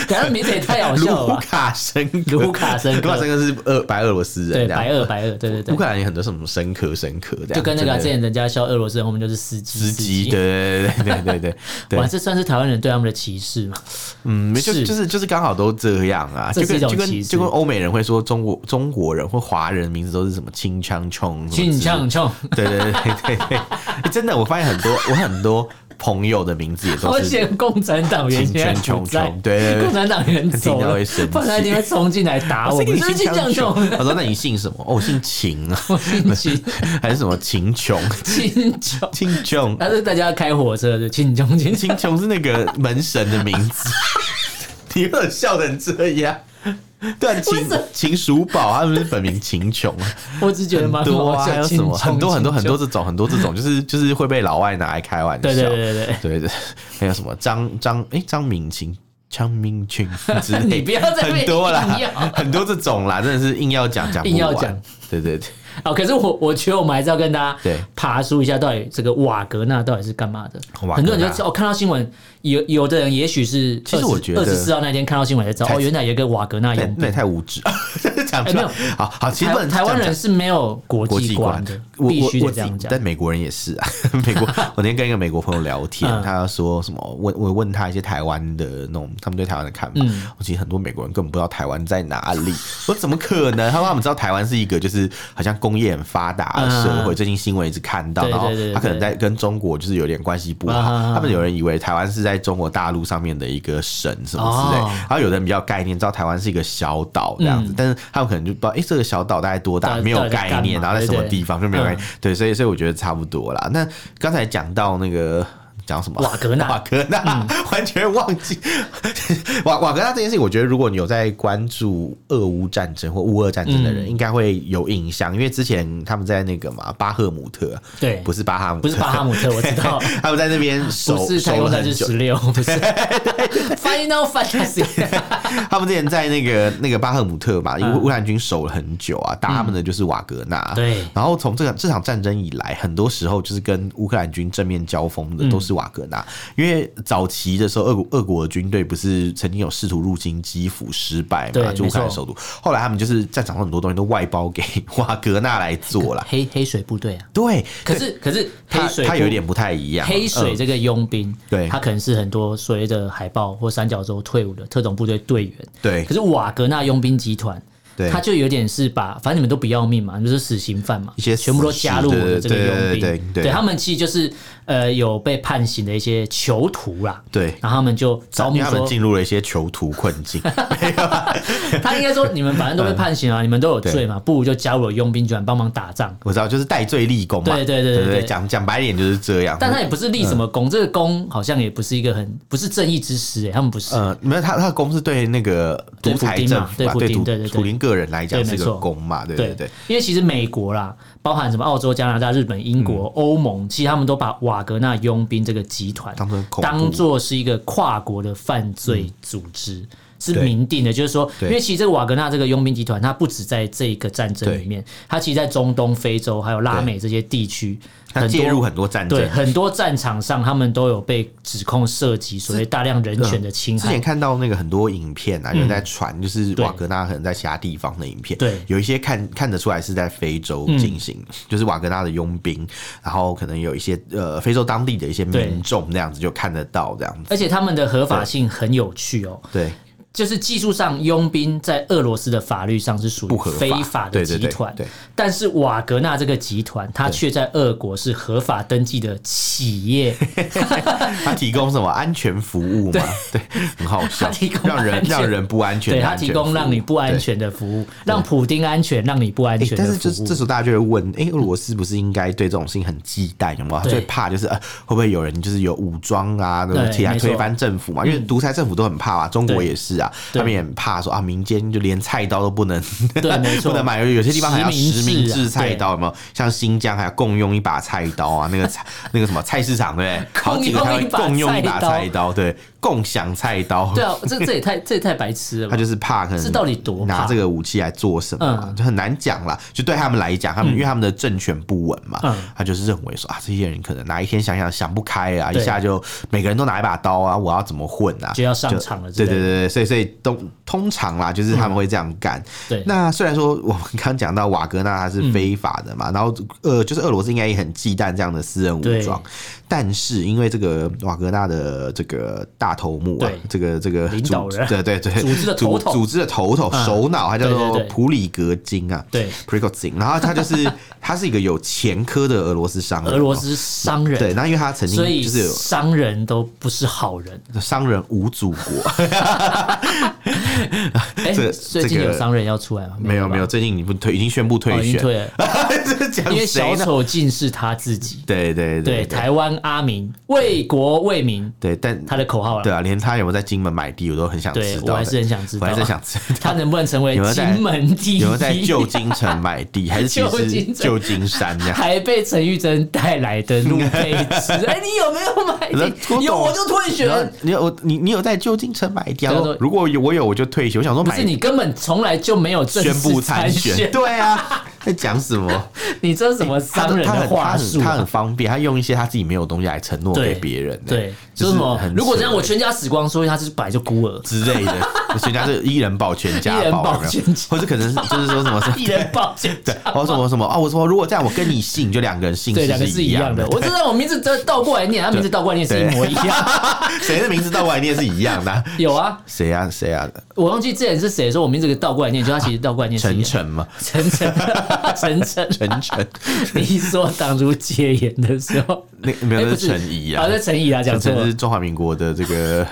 [SPEAKER 2] 感觉名字也太好笑了
[SPEAKER 1] 卢
[SPEAKER 2] 吧？
[SPEAKER 1] 卡申科、
[SPEAKER 2] 卢卡申科
[SPEAKER 1] 卢卡申科是俄白俄罗斯人，
[SPEAKER 2] 对，
[SPEAKER 1] 这样
[SPEAKER 2] 白俄白俄，对对对
[SPEAKER 1] 乌克。兰有很多什么申科、申科这样，
[SPEAKER 2] 就跟那个啊之
[SPEAKER 1] 真的
[SPEAKER 2] 前人家笑俄罗斯人，我们就是司机
[SPEAKER 1] 司机，对对对对对 对对
[SPEAKER 2] 哇，
[SPEAKER 1] 对，
[SPEAKER 2] 这算是台湾人对他们的歧视嘛？
[SPEAKER 1] 嗯，没就是就是就是刚好都这样啊，
[SPEAKER 2] 这
[SPEAKER 1] 就是跟
[SPEAKER 2] 一种
[SPEAKER 1] 就
[SPEAKER 2] 歧
[SPEAKER 1] 跟
[SPEAKER 2] 视
[SPEAKER 1] 就跟欧美人会说中国中国人或华人名字都是什么清腔冲，
[SPEAKER 2] 请你唱 唱，
[SPEAKER 1] 对对对对对对， 欸真的我发现很多我很多朋友的名字也都
[SPEAKER 2] 而
[SPEAKER 1] 是
[SPEAKER 2] 且共产党员
[SPEAKER 1] 清
[SPEAKER 2] 现在
[SPEAKER 1] 腔冲
[SPEAKER 2] 不在，
[SPEAKER 1] 冲，对对对
[SPEAKER 2] 共。产党员 走
[SPEAKER 1] 听到
[SPEAKER 2] 了
[SPEAKER 1] 会生气，
[SPEAKER 2] 不然他一定会冲进来打我
[SPEAKER 1] 啊我
[SPEAKER 2] 们。
[SPEAKER 1] 是你
[SPEAKER 2] 就是
[SPEAKER 1] 姓
[SPEAKER 2] 请
[SPEAKER 1] 强
[SPEAKER 2] 唱
[SPEAKER 1] 琼
[SPEAKER 2] 唱，，
[SPEAKER 1] 我说那你姓什么？哦，我姓秦啊，
[SPEAKER 2] 我姓秦，
[SPEAKER 1] 还是什么秦 琼？
[SPEAKER 2] 秦琼。
[SPEAKER 1] 秦琼，
[SPEAKER 2] 但是大家开火车就秦琼秦琼，
[SPEAKER 1] 秦琼是那个门神的名字， 你为什么笑成这样？对啊，
[SPEAKER 2] 为
[SPEAKER 1] 秦
[SPEAKER 2] 什么
[SPEAKER 1] 秦叔宝，他们是本名秦琼，啊
[SPEAKER 2] 我只觉得蛮
[SPEAKER 1] 很多
[SPEAKER 2] 好
[SPEAKER 1] 啊，还
[SPEAKER 2] 笑。
[SPEAKER 1] 有什
[SPEAKER 2] 秦琼
[SPEAKER 1] 么很多很多很，
[SPEAKER 2] 秦
[SPEAKER 1] 多
[SPEAKER 2] 琼
[SPEAKER 1] 这种很多这种，就是就是会被老外拿来开玩笑。
[SPEAKER 2] 对对对对对。
[SPEAKER 1] 对 对还有什么张张哎张敏清。张明群之类，
[SPEAKER 2] 你不要在那边
[SPEAKER 1] 很多啦
[SPEAKER 2] 硬要，
[SPEAKER 1] 很多这种啦，真的是硬要讲讲不
[SPEAKER 2] 硬要
[SPEAKER 1] 完
[SPEAKER 2] 讲，
[SPEAKER 1] 对对对，
[SPEAKER 2] 哦，可是我我觉得我们还是要跟大家
[SPEAKER 1] 对
[SPEAKER 2] 爬梳一下，到底这个瓦格纳到底是干嘛的？
[SPEAKER 1] 瓦格纳
[SPEAKER 2] 很多人就知道，哦，看到新闻，有有的人也许是
[SPEAKER 1] 其实我觉得
[SPEAKER 2] 二十四号那天看到新闻才知道，
[SPEAKER 1] 才
[SPEAKER 2] 哦，原来有一个瓦格纳
[SPEAKER 1] 那
[SPEAKER 2] 佣
[SPEAKER 1] 那也
[SPEAKER 2] 兵。
[SPEAKER 1] 太无知， 讲出
[SPEAKER 2] 哎没
[SPEAKER 1] 来
[SPEAKER 2] 有，
[SPEAKER 1] 好好，其实不
[SPEAKER 2] 台
[SPEAKER 1] 能
[SPEAKER 2] 台
[SPEAKER 1] 这
[SPEAKER 2] 湾
[SPEAKER 1] 样讲
[SPEAKER 2] 人是没有国
[SPEAKER 1] 国
[SPEAKER 2] 际
[SPEAKER 1] 际
[SPEAKER 2] 观
[SPEAKER 1] 观
[SPEAKER 2] 的，
[SPEAKER 1] 我
[SPEAKER 2] 必须
[SPEAKER 1] 我
[SPEAKER 2] 得
[SPEAKER 1] 我
[SPEAKER 2] 这样讲。
[SPEAKER 1] 但美国人也是啊， 美国。我那天跟一个美国朋友聊天，
[SPEAKER 2] 嗯
[SPEAKER 1] 他说什么？问我问他一些台湾的那种他们对台湾的看法。
[SPEAKER 2] 嗯
[SPEAKER 1] 我其实很多美国人根本不知道台湾在哪里。我说怎么可能？他说他们知道台湾是一个就是好像工业很发达的社会，
[SPEAKER 2] 嗯
[SPEAKER 1] 最近新闻一直看到，
[SPEAKER 2] 对
[SPEAKER 1] 然后
[SPEAKER 2] 对对对
[SPEAKER 1] 他可能在跟中国就是有点关系不
[SPEAKER 2] 嗯嗯
[SPEAKER 1] 好。
[SPEAKER 2] 嗯
[SPEAKER 1] 他们有人以为台湾是在中国大陆上面的一个省什么之类
[SPEAKER 2] 哦，嗯
[SPEAKER 1] 然后有的人比较概念，知道台湾是一个小岛这样子，但是他们可能就不知道，哎，这个小岛大概多大？
[SPEAKER 2] 到底
[SPEAKER 1] 没有
[SPEAKER 2] 到底在
[SPEAKER 1] 概
[SPEAKER 2] 干
[SPEAKER 1] 念，
[SPEAKER 2] 嘛
[SPEAKER 1] 然后在什么
[SPEAKER 2] 对对
[SPEAKER 1] 地方就没有关系
[SPEAKER 2] 嗯。
[SPEAKER 1] 对，所以所以我觉得差不多啦。那刚才讲到那个。讲什么？啊
[SPEAKER 2] 瓦格纳嗯
[SPEAKER 1] 瓦格纳、 完全忘记瓦瓦格纳这件事情。我觉得，如果你有在关注俄乌战争或乌俄战争的
[SPEAKER 2] 嗯
[SPEAKER 1] 人，应该会有印象，因为之前他们在那个嘛巴赫姆特，
[SPEAKER 2] 对
[SPEAKER 1] 不是巴哈姆特，
[SPEAKER 2] 不是巴哈 姆特，我知道，
[SPEAKER 1] 他们在那边守
[SPEAKER 2] 不是太
[SPEAKER 1] 守
[SPEAKER 2] 空
[SPEAKER 1] 了
[SPEAKER 2] 战
[SPEAKER 1] 很
[SPEAKER 2] 士
[SPEAKER 1] 久，
[SPEAKER 2] 十 六，不是 Final Fantasy。
[SPEAKER 1] 他们之前在那个那个巴赫姆特嘛，因
[SPEAKER 2] 嗯
[SPEAKER 1] 为乌克兰军守了很久啊，打他们的就是瓦格纳。啊
[SPEAKER 2] 对嗯
[SPEAKER 1] 然后从这个这场战争以来，很多时候就是跟乌克兰军正面交锋的都是是瓦格纳，因为早期的时候，俄国俄国的军队不是曾经有试图入侵基辅失败
[SPEAKER 2] 对
[SPEAKER 1] 嘛，就乌克兰
[SPEAKER 2] 没错
[SPEAKER 1] 首都，后来他们就是战场上很多东西都外包给 瓦格纳来做啦。
[SPEAKER 2] 黑黑水部队啊。
[SPEAKER 1] 对，
[SPEAKER 2] 可是可是黑
[SPEAKER 1] 他
[SPEAKER 2] 水
[SPEAKER 1] 他有一
[SPEAKER 2] 部
[SPEAKER 1] 点不太一样，
[SPEAKER 2] 黑水
[SPEAKER 1] 嗯
[SPEAKER 2] 这个佣兵，
[SPEAKER 1] 对
[SPEAKER 2] 他可能是很多所谓的海豹或三角洲退伍的特种部队队员。
[SPEAKER 1] 对
[SPEAKER 2] 可是瓦格纳佣兵集团，
[SPEAKER 1] 对
[SPEAKER 2] 他就有点是把，反正你们都不要命嘛，你们是死刑犯嘛，
[SPEAKER 1] 一些死
[SPEAKER 2] 全部都加入我的这个佣兵。
[SPEAKER 1] 对对对对对
[SPEAKER 2] 他们其实就是呃有被判刑的一些囚徒啦。
[SPEAKER 1] 对
[SPEAKER 2] 然后他们就招
[SPEAKER 1] 因
[SPEAKER 2] 募
[SPEAKER 1] 为他们
[SPEAKER 2] 说，
[SPEAKER 1] 进入了一些囚徒困境，
[SPEAKER 2] 他应该说你们反正都被判刑啊 了，你们都有罪嘛，不如就加入我佣兵集团帮忙打仗。
[SPEAKER 1] 我知道就是戴罪立功嘛，
[SPEAKER 2] 对对对对
[SPEAKER 1] 对
[SPEAKER 2] 对
[SPEAKER 1] 讲讲白点就是这样。
[SPEAKER 2] 但他也不是立什么功，这个
[SPEAKER 1] 嗯
[SPEAKER 2] 功好像也不是一个很不是正义之师、欸，他们不是。
[SPEAKER 1] 呃，没有他他的功是对那个
[SPEAKER 2] 对
[SPEAKER 1] 独裁
[SPEAKER 2] 普丁
[SPEAKER 1] 政
[SPEAKER 2] 嘛
[SPEAKER 1] 府
[SPEAKER 2] 对
[SPEAKER 1] 吧，
[SPEAKER 2] 普
[SPEAKER 1] 对
[SPEAKER 2] 丁
[SPEAKER 1] 土
[SPEAKER 2] 对对对
[SPEAKER 1] 土林个人来讲
[SPEAKER 2] 对
[SPEAKER 1] 是
[SPEAKER 2] 没
[SPEAKER 1] 个
[SPEAKER 2] 错
[SPEAKER 1] 功嘛，对对
[SPEAKER 2] 对
[SPEAKER 1] 对。
[SPEAKER 2] 因为其实美国啦，包含什么澳洲、加拿大、日本、英
[SPEAKER 1] 嗯
[SPEAKER 2] 国、欧、盟，其实他们都把瓦格纳佣兵这个集团
[SPEAKER 1] 当成恐怖
[SPEAKER 2] 当做是一个跨国的犯罪组织。是
[SPEAKER 1] 嗯对
[SPEAKER 2] 明定的，就是说，因
[SPEAKER 1] 对
[SPEAKER 2] 为其实这个瓦格纳这个佣兵集团，它不止在这个战争里面，它其实在中东、非洲还有拉美这些地区，
[SPEAKER 1] 他
[SPEAKER 2] 很多
[SPEAKER 1] 介入很多战争
[SPEAKER 2] 对，很多战场上，他们都有被指控涉及所谓大量人权的侵
[SPEAKER 1] 之
[SPEAKER 2] 害嗯
[SPEAKER 1] 前。看到那个很多影片啊，有人在传，就是
[SPEAKER 2] 对
[SPEAKER 1] 瓦格纳可能在其他地方的影片，
[SPEAKER 2] 对嗯
[SPEAKER 1] 有一些看看得出来是在非洲进行，就是瓦格纳的佣兵，然后可能有一些呃非洲当地的一些
[SPEAKER 2] 对
[SPEAKER 1] 民众这样子就看得到这样子，
[SPEAKER 2] 而且他们的合法性很有趣哦，
[SPEAKER 1] 对
[SPEAKER 2] 就是技术上，佣兵在俄罗斯的法律上是属
[SPEAKER 1] 不
[SPEAKER 2] 于
[SPEAKER 1] 合法
[SPEAKER 2] 非法的
[SPEAKER 1] 对对
[SPEAKER 2] 集
[SPEAKER 1] 对
[SPEAKER 2] 团
[SPEAKER 1] 对，
[SPEAKER 2] 但是瓦格纳这个集团，它
[SPEAKER 1] 对
[SPEAKER 2] 却在俄国是合法登记的企业，
[SPEAKER 1] 他提供什么安全服务嘛？对，很好笑
[SPEAKER 2] 他提，供
[SPEAKER 1] 让人
[SPEAKER 2] 安全
[SPEAKER 1] 让人不安全
[SPEAKER 2] 对
[SPEAKER 1] 的
[SPEAKER 2] 它
[SPEAKER 1] 安全
[SPEAKER 2] 提
[SPEAKER 1] 服务，
[SPEAKER 2] 供让你不安全的服务，让普丁安全，让你不安
[SPEAKER 1] 欸
[SPEAKER 2] 全
[SPEAKER 1] 但
[SPEAKER 2] 的
[SPEAKER 1] 是就是
[SPEAKER 2] 服
[SPEAKER 1] 这
[SPEAKER 2] 务。嗯
[SPEAKER 1] 时候大家就会问，哎、俄罗斯不是应该对这种事情很忌惮，有没有？他
[SPEAKER 2] 对
[SPEAKER 1] 最怕就是呃，会不会有人就是有武装啊，对不
[SPEAKER 2] 对
[SPEAKER 1] 对？起来
[SPEAKER 2] 没错
[SPEAKER 1] 推翻政府嘛？因为独裁政府都很怕嘛，中国
[SPEAKER 2] 对
[SPEAKER 1] 也是啊，
[SPEAKER 2] 嗯对
[SPEAKER 1] 他们也很怕说啊，民间就连菜刀都不能，
[SPEAKER 2] 对没错
[SPEAKER 1] 不能买，有有些地方还要实
[SPEAKER 2] 实名制啊
[SPEAKER 1] 名制菜刀，有没有？像新疆还要共用一把菜刀啊，那个 菜那个什么菜市场对不对？好几个
[SPEAKER 2] 共
[SPEAKER 1] 还
[SPEAKER 2] 用一
[SPEAKER 1] 会
[SPEAKER 2] 把
[SPEAKER 1] 共用一把
[SPEAKER 2] 菜刀
[SPEAKER 1] 菜刀，对，共享菜刀，
[SPEAKER 2] 对啊，这这也太这也太白痴了
[SPEAKER 1] 他
[SPEAKER 2] 吧
[SPEAKER 1] 就？是怕可能
[SPEAKER 2] 这到底多怕
[SPEAKER 1] 拿这个武器来做什么啊、
[SPEAKER 2] 嗯
[SPEAKER 1] 就很难讲啦。就对他们来讲，他们、因为他们的政权不稳嘛，
[SPEAKER 2] 嗯
[SPEAKER 1] 他就是认为说啊，这些人可能哪一天想想想不开啊，
[SPEAKER 2] 对
[SPEAKER 1] 一下就每个人都拿一把刀啊，我要怎么混啊？
[SPEAKER 2] 就要上场了之
[SPEAKER 1] 对
[SPEAKER 2] 类的
[SPEAKER 1] 对对对，所以所以通通常啦，就是他们会这样干、
[SPEAKER 2] 嗯对
[SPEAKER 1] 那虽然说我们刚讲到瓦格纳它是非法的嘛，
[SPEAKER 2] 嗯
[SPEAKER 1] 然后呃，就是俄罗斯应该也很忌惮这样的私人武装，但是因为这个瓦格纳的这个大头目啊
[SPEAKER 2] 对，
[SPEAKER 1] 这个这个
[SPEAKER 2] 领导
[SPEAKER 1] 组
[SPEAKER 2] 人
[SPEAKER 1] 对对对，
[SPEAKER 2] 组织的头头
[SPEAKER 1] 组组织的头头
[SPEAKER 2] 嗯
[SPEAKER 1] 首脑，他叫
[SPEAKER 2] 对对
[SPEAKER 1] 做
[SPEAKER 2] 对
[SPEAKER 1] 普里格金啊，
[SPEAKER 2] 对
[SPEAKER 1] p r i g o z i n 然后他就是 他是一个有前科的俄罗斯商人哦，
[SPEAKER 2] 俄罗斯商人，
[SPEAKER 1] 对，那因为他曾经
[SPEAKER 2] 所以
[SPEAKER 1] 就是有
[SPEAKER 2] 商人都不是好人。
[SPEAKER 1] 商人无祖 国。
[SPEAKER 2] 哎，
[SPEAKER 1] 这
[SPEAKER 2] 最近
[SPEAKER 1] 这个
[SPEAKER 2] 有商人要出来吗？
[SPEAKER 1] 没有没有，
[SPEAKER 2] 吧，
[SPEAKER 1] 最近已经退已经宣布退
[SPEAKER 2] 哦已经
[SPEAKER 1] 选，
[SPEAKER 2] 退了，
[SPEAKER 1] 这讲
[SPEAKER 2] 因为
[SPEAKER 1] 谁
[SPEAKER 2] 小
[SPEAKER 1] 呢？
[SPEAKER 2] 丑竟是他自己。
[SPEAKER 1] 对对
[SPEAKER 2] 对，
[SPEAKER 1] 对
[SPEAKER 2] 台湾阿明为国为民，
[SPEAKER 1] 对，但
[SPEAKER 2] 他的口号了。
[SPEAKER 1] 对啊，连他有没有在金门买地，我都很想
[SPEAKER 2] 对
[SPEAKER 1] 知道的。
[SPEAKER 2] 我还是很想知道
[SPEAKER 1] 我还是想 知道
[SPEAKER 2] 他能不能成为
[SPEAKER 1] 有没有在
[SPEAKER 2] 金门第一？
[SPEAKER 1] 有没有在旧啊京城买地，还是其
[SPEAKER 2] 旧
[SPEAKER 1] 实是
[SPEAKER 2] 金城
[SPEAKER 1] 旧金山 这样？
[SPEAKER 2] 还被陈玉珍带来的路配 置？哎、你有没有买
[SPEAKER 1] 我懂
[SPEAKER 2] 地？有我就退
[SPEAKER 1] 然后
[SPEAKER 2] 选。
[SPEAKER 1] 你有你你有在旧金城买地啊？
[SPEAKER 2] 对
[SPEAKER 1] 我
[SPEAKER 2] 对
[SPEAKER 1] 说如果有我有我就退休，我想说
[SPEAKER 2] 不
[SPEAKER 1] 买
[SPEAKER 2] 是你根本从来就没有正式
[SPEAKER 1] 宣布参
[SPEAKER 2] 选，
[SPEAKER 1] 对啊， 在讲什么？
[SPEAKER 2] 你这是什么
[SPEAKER 1] 他
[SPEAKER 2] 商
[SPEAKER 1] 他
[SPEAKER 2] 人
[SPEAKER 1] 他
[SPEAKER 2] 的
[SPEAKER 1] 很他
[SPEAKER 2] 话术
[SPEAKER 1] 很他
[SPEAKER 2] 啊、
[SPEAKER 1] 很方便，他用一些他自己没有的东西来承诺
[SPEAKER 2] 对
[SPEAKER 1] 给别人，
[SPEAKER 2] 对，
[SPEAKER 1] 哎就
[SPEAKER 2] 说
[SPEAKER 1] 是
[SPEAKER 2] 什么
[SPEAKER 1] 很？
[SPEAKER 2] 如果这样，
[SPEAKER 1] 扯
[SPEAKER 2] 我全家死光，所以他是本来就孤儿，
[SPEAKER 1] 之类的， 所以他是一人保全家
[SPEAKER 2] 一人保
[SPEAKER 1] 有没有
[SPEAKER 2] 全家
[SPEAKER 1] 或者可能是就是说 什么什么
[SPEAKER 2] 一人抱全家。
[SPEAKER 1] 哦什么什么哦，我说如果这样，我跟你姓就两个人姓
[SPEAKER 2] 对，两个是
[SPEAKER 1] 一
[SPEAKER 2] 一样的。我知道我名字这倒过来念，他名字倒过来念是一模一样。
[SPEAKER 1] 谁的名字倒过来念是一样 的啊？
[SPEAKER 2] 有啊，
[SPEAKER 1] 谁啊谁啊？
[SPEAKER 2] 我忘记之前是谁说我名字给倒过来念，就他其实倒过来念是
[SPEAKER 1] 晨
[SPEAKER 2] 一样的。
[SPEAKER 1] 晨吗？
[SPEAKER 2] 晨晨，晨晨，
[SPEAKER 1] 晨 晨，
[SPEAKER 2] 你说当初戒严的时候，
[SPEAKER 1] 那没有
[SPEAKER 2] 哎
[SPEAKER 1] 那
[SPEAKER 2] 不
[SPEAKER 1] 是陈怡啊
[SPEAKER 2] 啊，。那陈怡啊，讲
[SPEAKER 1] 陈
[SPEAKER 2] 错
[SPEAKER 1] 晨
[SPEAKER 2] 了
[SPEAKER 1] 是。中华民国的这 个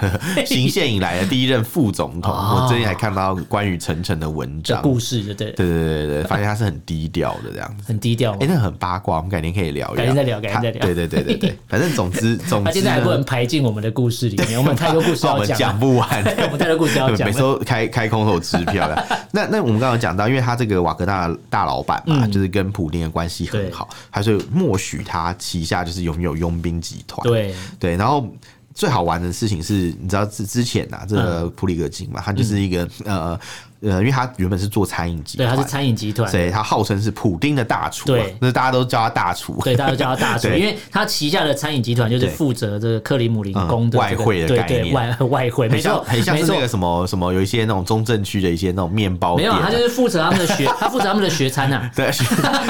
[SPEAKER 1] 行宪以来的第一任副总统。
[SPEAKER 2] 哦
[SPEAKER 1] 我最近还看到关于晨晨的文
[SPEAKER 2] 这
[SPEAKER 1] 章，
[SPEAKER 2] 故事就对了，
[SPEAKER 1] 对对对对，发现他是很低调的这样子。
[SPEAKER 2] 很低调嘛
[SPEAKER 1] 哎、。那很八卦，我们改天可以聊一聊，
[SPEAKER 2] 哦改天再聊改天
[SPEAKER 1] 他
[SPEAKER 2] 再聊
[SPEAKER 1] 对对对对 对，反正总之总之呢，
[SPEAKER 2] 他现在还不能排进我们的故事里面，我们太多故事
[SPEAKER 1] 怕我
[SPEAKER 2] 要
[SPEAKER 1] 们
[SPEAKER 2] 讲
[SPEAKER 1] 讲
[SPEAKER 2] 了。。
[SPEAKER 1] 不完
[SPEAKER 2] 我们太多故事要讲
[SPEAKER 1] 每次
[SPEAKER 2] 了。
[SPEAKER 1] 都开开空头支票 了。那那我们刚刚讲到，因为他这个瓦格纳大老板嘛，
[SPEAKER 2] 嗯
[SPEAKER 1] 就是跟普丁的关系很好，他就默许他旗下就是拥有佣兵集团。
[SPEAKER 2] 对，
[SPEAKER 1] 对，然后。最好玩的事情是，你知道之之前啊，这
[SPEAKER 2] 嗯
[SPEAKER 1] 个普里格金嘛，他就是一个呃呃，因为他原本是做餐饮集
[SPEAKER 2] 对，
[SPEAKER 1] 团，
[SPEAKER 2] 他是餐饮集团，
[SPEAKER 1] 所以他号称是普丁的大厨、啊
[SPEAKER 2] 对，
[SPEAKER 1] 那大家都叫他大厨。
[SPEAKER 2] 对，大家都叫他大厨，
[SPEAKER 1] 对
[SPEAKER 2] 因为他旗下的餐饮集团就是
[SPEAKER 1] 对
[SPEAKER 2] 负责这个克里姆林宫
[SPEAKER 1] 嗯
[SPEAKER 2] 的、这个
[SPEAKER 1] 外汇的
[SPEAKER 2] 对
[SPEAKER 1] 概
[SPEAKER 2] 对
[SPEAKER 1] 念
[SPEAKER 2] 外外汇，没
[SPEAKER 1] 很像
[SPEAKER 2] 错，
[SPEAKER 1] 很像
[SPEAKER 2] 没
[SPEAKER 1] 是
[SPEAKER 2] 错
[SPEAKER 1] 那。个什么什么，有一些那种中正区的一些那种面包
[SPEAKER 2] 没
[SPEAKER 1] 店啊、
[SPEAKER 2] 有啊，他就是负责他们的学，他负责他们的学餐 啊，
[SPEAKER 1] 对，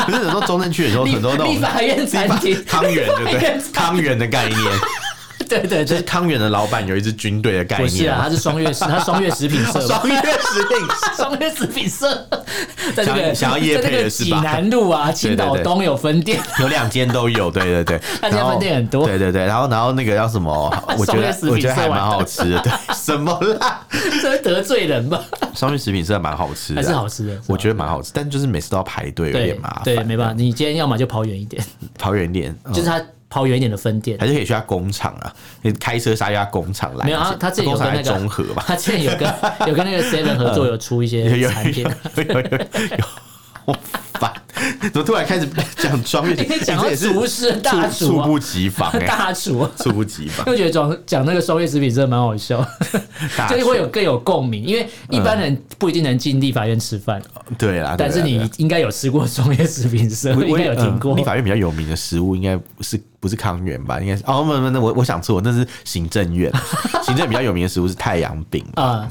[SPEAKER 1] 不是有时候中正区有时候
[SPEAKER 2] 立
[SPEAKER 1] 很多那种
[SPEAKER 2] 立法院餐厅
[SPEAKER 1] 汤圆，对不
[SPEAKER 2] 立法院
[SPEAKER 1] 对？汤圆的概念，
[SPEAKER 2] 对对
[SPEAKER 1] 就是
[SPEAKER 2] 对，
[SPEAKER 1] 汤圆的老板有一支军队的概
[SPEAKER 2] 不是
[SPEAKER 1] 念
[SPEAKER 2] 啊，
[SPEAKER 1] 嘛。
[SPEAKER 2] 他是双月食，他双月食品社嘛，
[SPEAKER 1] 双月食品
[SPEAKER 2] 双月食品社 在这个
[SPEAKER 1] 想要业
[SPEAKER 2] 在
[SPEAKER 1] 配
[SPEAKER 2] 这个
[SPEAKER 1] 的是
[SPEAKER 2] 济
[SPEAKER 1] 吧
[SPEAKER 2] 南路啊、青岛东有分店，
[SPEAKER 1] 有两间都有，对对对，
[SPEAKER 2] 那家
[SPEAKER 1] 然后
[SPEAKER 2] 分店很多
[SPEAKER 1] 对对对，然后然后那个叫什么， 我觉
[SPEAKER 2] 双月
[SPEAKER 1] 得
[SPEAKER 2] 食品
[SPEAKER 1] 我觉得还
[SPEAKER 2] 社完
[SPEAKER 1] 蛮
[SPEAKER 2] 蛋
[SPEAKER 1] 好吃的，对， 什么啦？
[SPEAKER 2] 这会得罪人吧？
[SPEAKER 1] 双月食品社蛮好吃的，啊
[SPEAKER 2] 还是好吃的是吧
[SPEAKER 1] 我觉得蛮好吃，但就是每次都要排队，有
[SPEAKER 2] 对
[SPEAKER 1] 点麻烦，
[SPEAKER 2] 对，没办法，你今天要么就跑远一点，
[SPEAKER 1] 跑远点，嗯
[SPEAKER 2] 就是他跑远一点的分店
[SPEAKER 1] 还。是可以去他工厂啊，你开车杀去他工厂来一
[SPEAKER 2] 没有
[SPEAKER 1] 下，
[SPEAKER 2] 他，他之前
[SPEAKER 1] 工
[SPEAKER 2] 有
[SPEAKER 1] 厂
[SPEAKER 2] 跟那
[SPEAKER 1] 在
[SPEAKER 2] 个
[SPEAKER 1] 中和吧，嗯
[SPEAKER 2] 他之前 有跟有跟那个 Seven 合作，有出一
[SPEAKER 1] 有
[SPEAKER 2] 些
[SPEAKER 1] 有
[SPEAKER 2] 产品
[SPEAKER 1] 有。有有有，好烦！怎么突然开始讲双月？
[SPEAKER 2] 因为讲到
[SPEAKER 1] 这也是
[SPEAKER 2] 厨师大厨
[SPEAKER 1] 猝
[SPEAKER 2] 啊
[SPEAKER 1] 不及防哎，
[SPEAKER 2] 大厨，
[SPEAKER 1] 猝不及防
[SPEAKER 2] 因。为觉得讲讲那个双月食品真的蛮好笑，
[SPEAKER 1] 大
[SPEAKER 2] 就是
[SPEAKER 1] 厨
[SPEAKER 2] 会有更有共鸣，因为一般人不一定能进立法院吃饭，
[SPEAKER 1] 对啦，
[SPEAKER 2] 但
[SPEAKER 1] 对
[SPEAKER 2] 是
[SPEAKER 1] 啦对
[SPEAKER 2] 你
[SPEAKER 1] 啦
[SPEAKER 2] 应该有吃过双月食品社，
[SPEAKER 1] 我
[SPEAKER 2] 应
[SPEAKER 1] 我
[SPEAKER 2] 该有听
[SPEAKER 1] 嗯
[SPEAKER 2] 过
[SPEAKER 1] 立。法院比较有名的食物应该不是不是康源吧？应该是哦，没有没有没有，我我想错，那是行政院。行政比较有名的食物是太阳饼。
[SPEAKER 2] 啊、